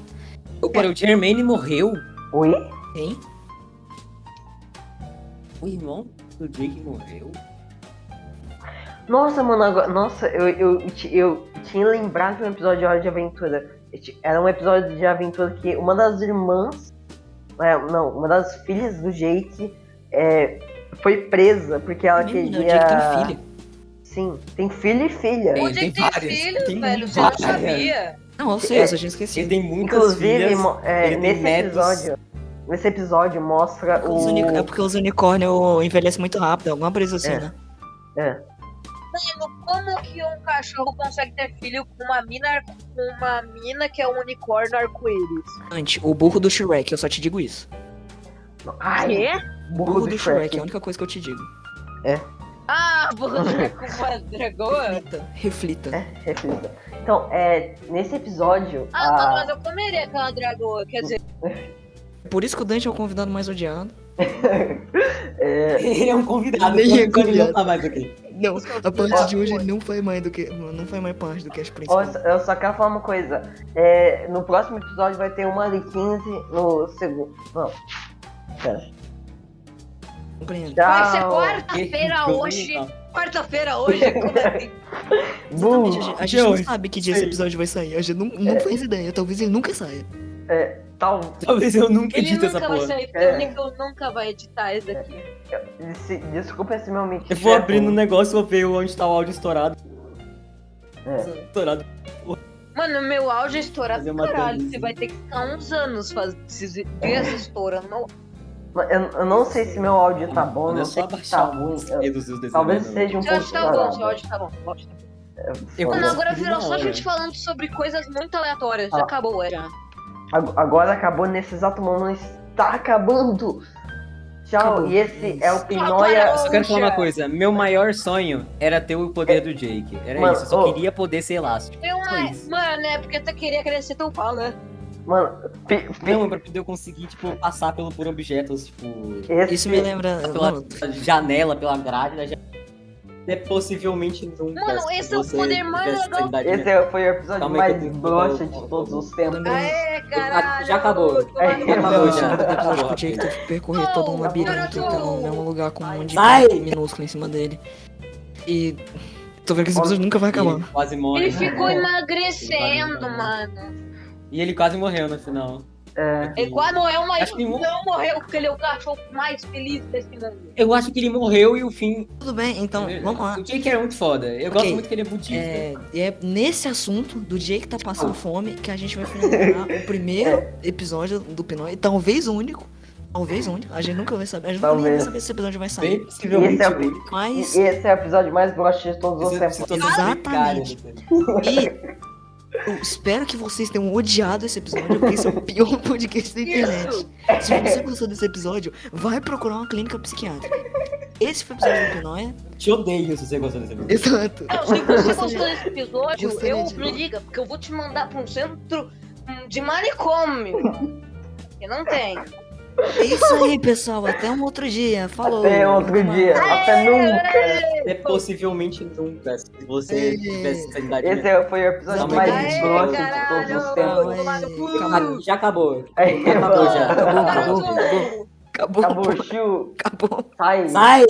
Speaker 3: Ô, cara, o Germaine morreu?
Speaker 1: Oi?
Speaker 2: Tem?
Speaker 3: O irmão do Jake morreu?
Speaker 1: Nossa, mano, agora, nossa, eu, eu, ti- eu tinha lembrado de um episódio de Hora de Aventura. Ti- Era um episódio de aventura que uma das irmãs, é, não, uma das filhas do Jake é, foi presa porque ela
Speaker 2: Menina, o
Speaker 1: queria.
Speaker 2: Jake é tem filha.
Speaker 1: Sim, tem filho e filha.
Speaker 3: Tem,
Speaker 5: Onde
Speaker 3: É, tem
Speaker 5: ele tem
Speaker 3: várias.
Speaker 5: filhos,
Speaker 3: Tem
Speaker 5: velho? Você não
Speaker 3: várias.
Speaker 5: sabia?
Speaker 2: Não, eu sei, eu só tinha esquecido.
Speaker 3: Ele tem muitas
Speaker 1: Inclusive,
Speaker 3: filhas.
Speaker 1: mo- é,
Speaker 3: ele tem
Speaker 1: nesse
Speaker 3: netos.
Speaker 1: episódio. Nesse episódio mostra
Speaker 2: Os
Speaker 1: o.
Speaker 2: uni- É porque os unicórnios envelhecem muito rápido, alguma coisa assim,
Speaker 1: É.
Speaker 2: né?
Speaker 5: Mano, como que um cachorro consegue ter filho com uma mina, ar- com uma mina que é um unicórnio arco-íris?
Speaker 2: Ante, o burro do Shrek, eu só te digo isso.
Speaker 1: Ai,
Speaker 2: O É, burro
Speaker 1: burro
Speaker 2: do
Speaker 1: de
Speaker 2: Shrek, é a
Speaker 1: Shrek.
Speaker 2: única coisa que eu te digo.
Speaker 5: Ah, burro do Shrek com uma dragoa?
Speaker 2: Reflita, reflita.
Speaker 1: Reflita. Então, é, nesse episódio.
Speaker 5: Ah, mano,
Speaker 1: a-
Speaker 5: mas eu comeria aquela dragoa, quer dizer,
Speaker 2: Por isso que o Dante é o convidado mais odiado.
Speaker 1: é,
Speaker 3: Ele é um convidado.
Speaker 2: Ele é
Speaker 3: ele não
Speaker 2: convidado.
Speaker 3: tá mais aqui.
Speaker 2: Não, a
Speaker 1: Ó.
Speaker 2: parte de hoje não foi mais do que. Não foi mais parte do que as
Speaker 1: Ó,
Speaker 2: principais.
Speaker 1: eu só- eu só quero falar uma coisa. É, no próximo episódio vai ter uma de 15 no segundo. Não. Pera.
Speaker 2: Compreendo.
Speaker 1: Tchau.
Speaker 3: Ah,
Speaker 5: vai ser quarta-feira
Speaker 3: Ele-
Speaker 5: hoje. Quarta-feira hoje é quando é que-
Speaker 1: Bum.
Speaker 2: Exatamente, a gente, a
Speaker 3: de
Speaker 2: gente não
Speaker 3: hoje.
Speaker 2: sabe que dia esse episódio vai sair. A gente não, não faz ideia. Talvez ele nunca saia.
Speaker 1: Tal,
Speaker 3: Talvez eu nunca
Speaker 5: Ele
Speaker 3: edite essa
Speaker 5: nunca vai
Speaker 3: porra.
Speaker 5: sair,
Speaker 1: É.
Speaker 5: porque eu nunca vai editar isso daqui.
Speaker 1: se- desculpa esse meu é mentira.
Speaker 3: Eu vou abrir no negócio e vou ver onde tá o áudio estourado.
Speaker 1: É.
Speaker 3: Estourado.
Speaker 5: Mano, meu áudio é estourado
Speaker 3: Fazer
Speaker 5: do
Speaker 3: uma
Speaker 5: caralho.
Speaker 3: delícia.
Speaker 5: Você vai ter que ficar uns anos fazendo esses desestourando.
Speaker 1: Eu, eu não sei se meu áudio tá bom,
Speaker 3: Mano,
Speaker 1: não
Speaker 3: é só
Speaker 1: sei se tá
Speaker 3: abaixar o
Speaker 1: ruim.
Speaker 3: dedo dos desenhos.
Speaker 1: Talvez
Speaker 3: né,
Speaker 1: seja um
Speaker 5: Já
Speaker 1: pouco
Speaker 5: tá bom, seu
Speaker 1: estourado.
Speaker 5: áudio tá bom. seu áudio tá bom.
Speaker 3: Eu
Speaker 1: foda.
Speaker 5: Mano, agora
Speaker 3: Uma
Speaker 5: virou só
Speaker 3: hora.
Speaker 5: gente falando sobre coisas muito aleatórias.
Speaker 1: Ah.
Speaker 5: Acabou, é.
Speaker 1: Ag- Agora acabou nesse exato momento. Está acabando. Tchau.
Speaker 2: Acabou.
Speaker 1: E esse é o
Speaker 5: Agora
Speaker 1: Pinóia.
Speaker 5: eu-
Speaker 3: Só quero falar uma coisa, meu maior sonho era ter o poder do Jake. Era
Speaker 1: Mano,
Speaker 3: isso, eu só
Speaker 1: ô.
Speaker 3: queria poder tipo, ser elástico.
Speaker 5: Eu,
Speaker 3: Só isso.
Speaker 5: mano, é porque tu queria crescer tão pau, né?
Speaker 1: Mano, pi- pi-
Speaker 3: Não, pra poder eu conseguir, tipo, passar pelo, por objetos, tipo,
Speaker 1: esse,
Speaker 2: Isso me lembra.
Speaker 3: pela
Speaker 2: Mano,
Speaker 3: janela, pela grade né? da janela. Até é possivelmente nunca.
Speaker 5: Mano,
Speaker 3: se
Speaker 5: esse é o
Speaker 3: você
Speaker 5: poder mais
Speaker 3: tivesse
Speaker 5: legal.
Speaker 3: sanidade né?
Speaker 1: esse
Speaker 3: mental.
Speaker 1: é- foi o episódio
Speaker 3: Calma aí que eu
Speaker 1: mais
Speaker 3: tenho que
Speaker 1: broxa
Speaker 3: mudar o-
Speaker 1: de todos os tempos.
Speaker 5: Aê, caralho!
Speaker 3: já acabou.
Speaker 5: tomara que
Speaker 1: Hum. É,
Speaker 5: não.
Speaker 3: acabou
Speaker 2: já.
Speaker 3: já.
Speaker 2: O episódio
Speaker 3: né?
Speaker 2: que o
Speaker 3: Tipo,
Speaker 2: Jake teve que percorrer todo um
Speaker 5: Não,
Speaker 2: labirinto
Speaker 5: agora eu tô-
Speaker 2: no mesmo lugar com um monte de
Speaker 3: Sai!
Speaker 2: ponto minúsculo em cima dele. E. Tô vendo que esse episódio nunca vai
Speaker 3: E
Speaker 2: acabar.
Speaker 3: ele quase morre. né?
Speaker 5: Ele ficou
Speaker 3: Ele
Speaker 5: emagrecendo,
Speaker 3: vai-
Speaker 5: mano.
Speaker 3: E ele quase morreu no final.
Speaker 1: É.
Speaker 5: Ele quase morreu, mas
Speaker 3: Acho que nenhum-
Speaker 5: não morreu, porque ele é o cachorro mais feliz desse mundo.
Speaker 3: Eu acho que ele morreu e o fim.
Speaker 2: Tudo bem, então, vamos lá.
Speaker 3: O Jake era muito foda. Eu
Speaker 2: Ok.
Speaker 3: gosto muito que ele é budista.
Speaker 2: É, e é nesse assunto do Jake tá passando fome que a gente vai finalizar o primeiro episódio do Pinói, talvez o único. Talvez o único. A gente nunca vai saber. A gente nunca nem vai
Speaker 1: Talvez.
Speaker 2: saber se esse episódio vai sair.
Speaker 3: Bem possivelmente.
Speaker 1: Esse é o-
Speaker 3: ele-
Speaker 1: E
Speaker 2: Mas.
Speaker 1: esse é o episódio mais broxa de todos os
Speaker 3: esse- é
Speaker 1: tempos.
Speaker 3: esse- esse-
Speaker 2: Exatamente.
Speaker 3: esse-
Speaker 2: E eu espero que vocês tenham odiado esse episódio, porque esse é o pior podcast da internet. Se você gostou desse episódio, vai procurar uma clínica psiquiátrica. Esse foi o episódio do Pinóia.
Speaker 3: Te odeio se você gostou desse episódio.
Speaker 2: Exato.
Speaker 5: Não, se você gostou desse episódio,
Speaker 2: Gostaria
Speaker 5: eu
Speaker 2: de-
Speaker 5: me liga, porque eu vou te mandar pra um centro hum, de manicômio. Que não tem.
Speaker 2: É isso aí, pessoal. Até um outro dia. Falou.
Speaker 1: Até outro dia. Até nunca.
Speaker 3: Até É possivelmente nunca, se você
Speaker 2: É.
Speaker 3: tivesse sanidade mental.
Speaker 1: Esse foi o episódio
Speaker 2: Até
Speaker 1: mais
Speaker 2: mais.
Speaker 1: broxa de
Speaker 5: caralho!
Speaker 1: todos os
Speaker 2: Até
Speaker 1: tempos.
Speaker 2: mais.
Speaker 5: tomar no cu.
Speaker 3: Ah, Já acabou.
Speaker 1: Aí,
Speaker 3: Acabou já.
Speaker 1: mano.
Speaker 5: 뭐,
Speaker 2: Acabou,
Speaker 5: Caralho!
Speaker 2: acabou. Acabou.
Speaker 1: Acabou, Chiu.
Speaker 2: Acabou.
Speaker 1: Sai.
Speaker 3: Sai!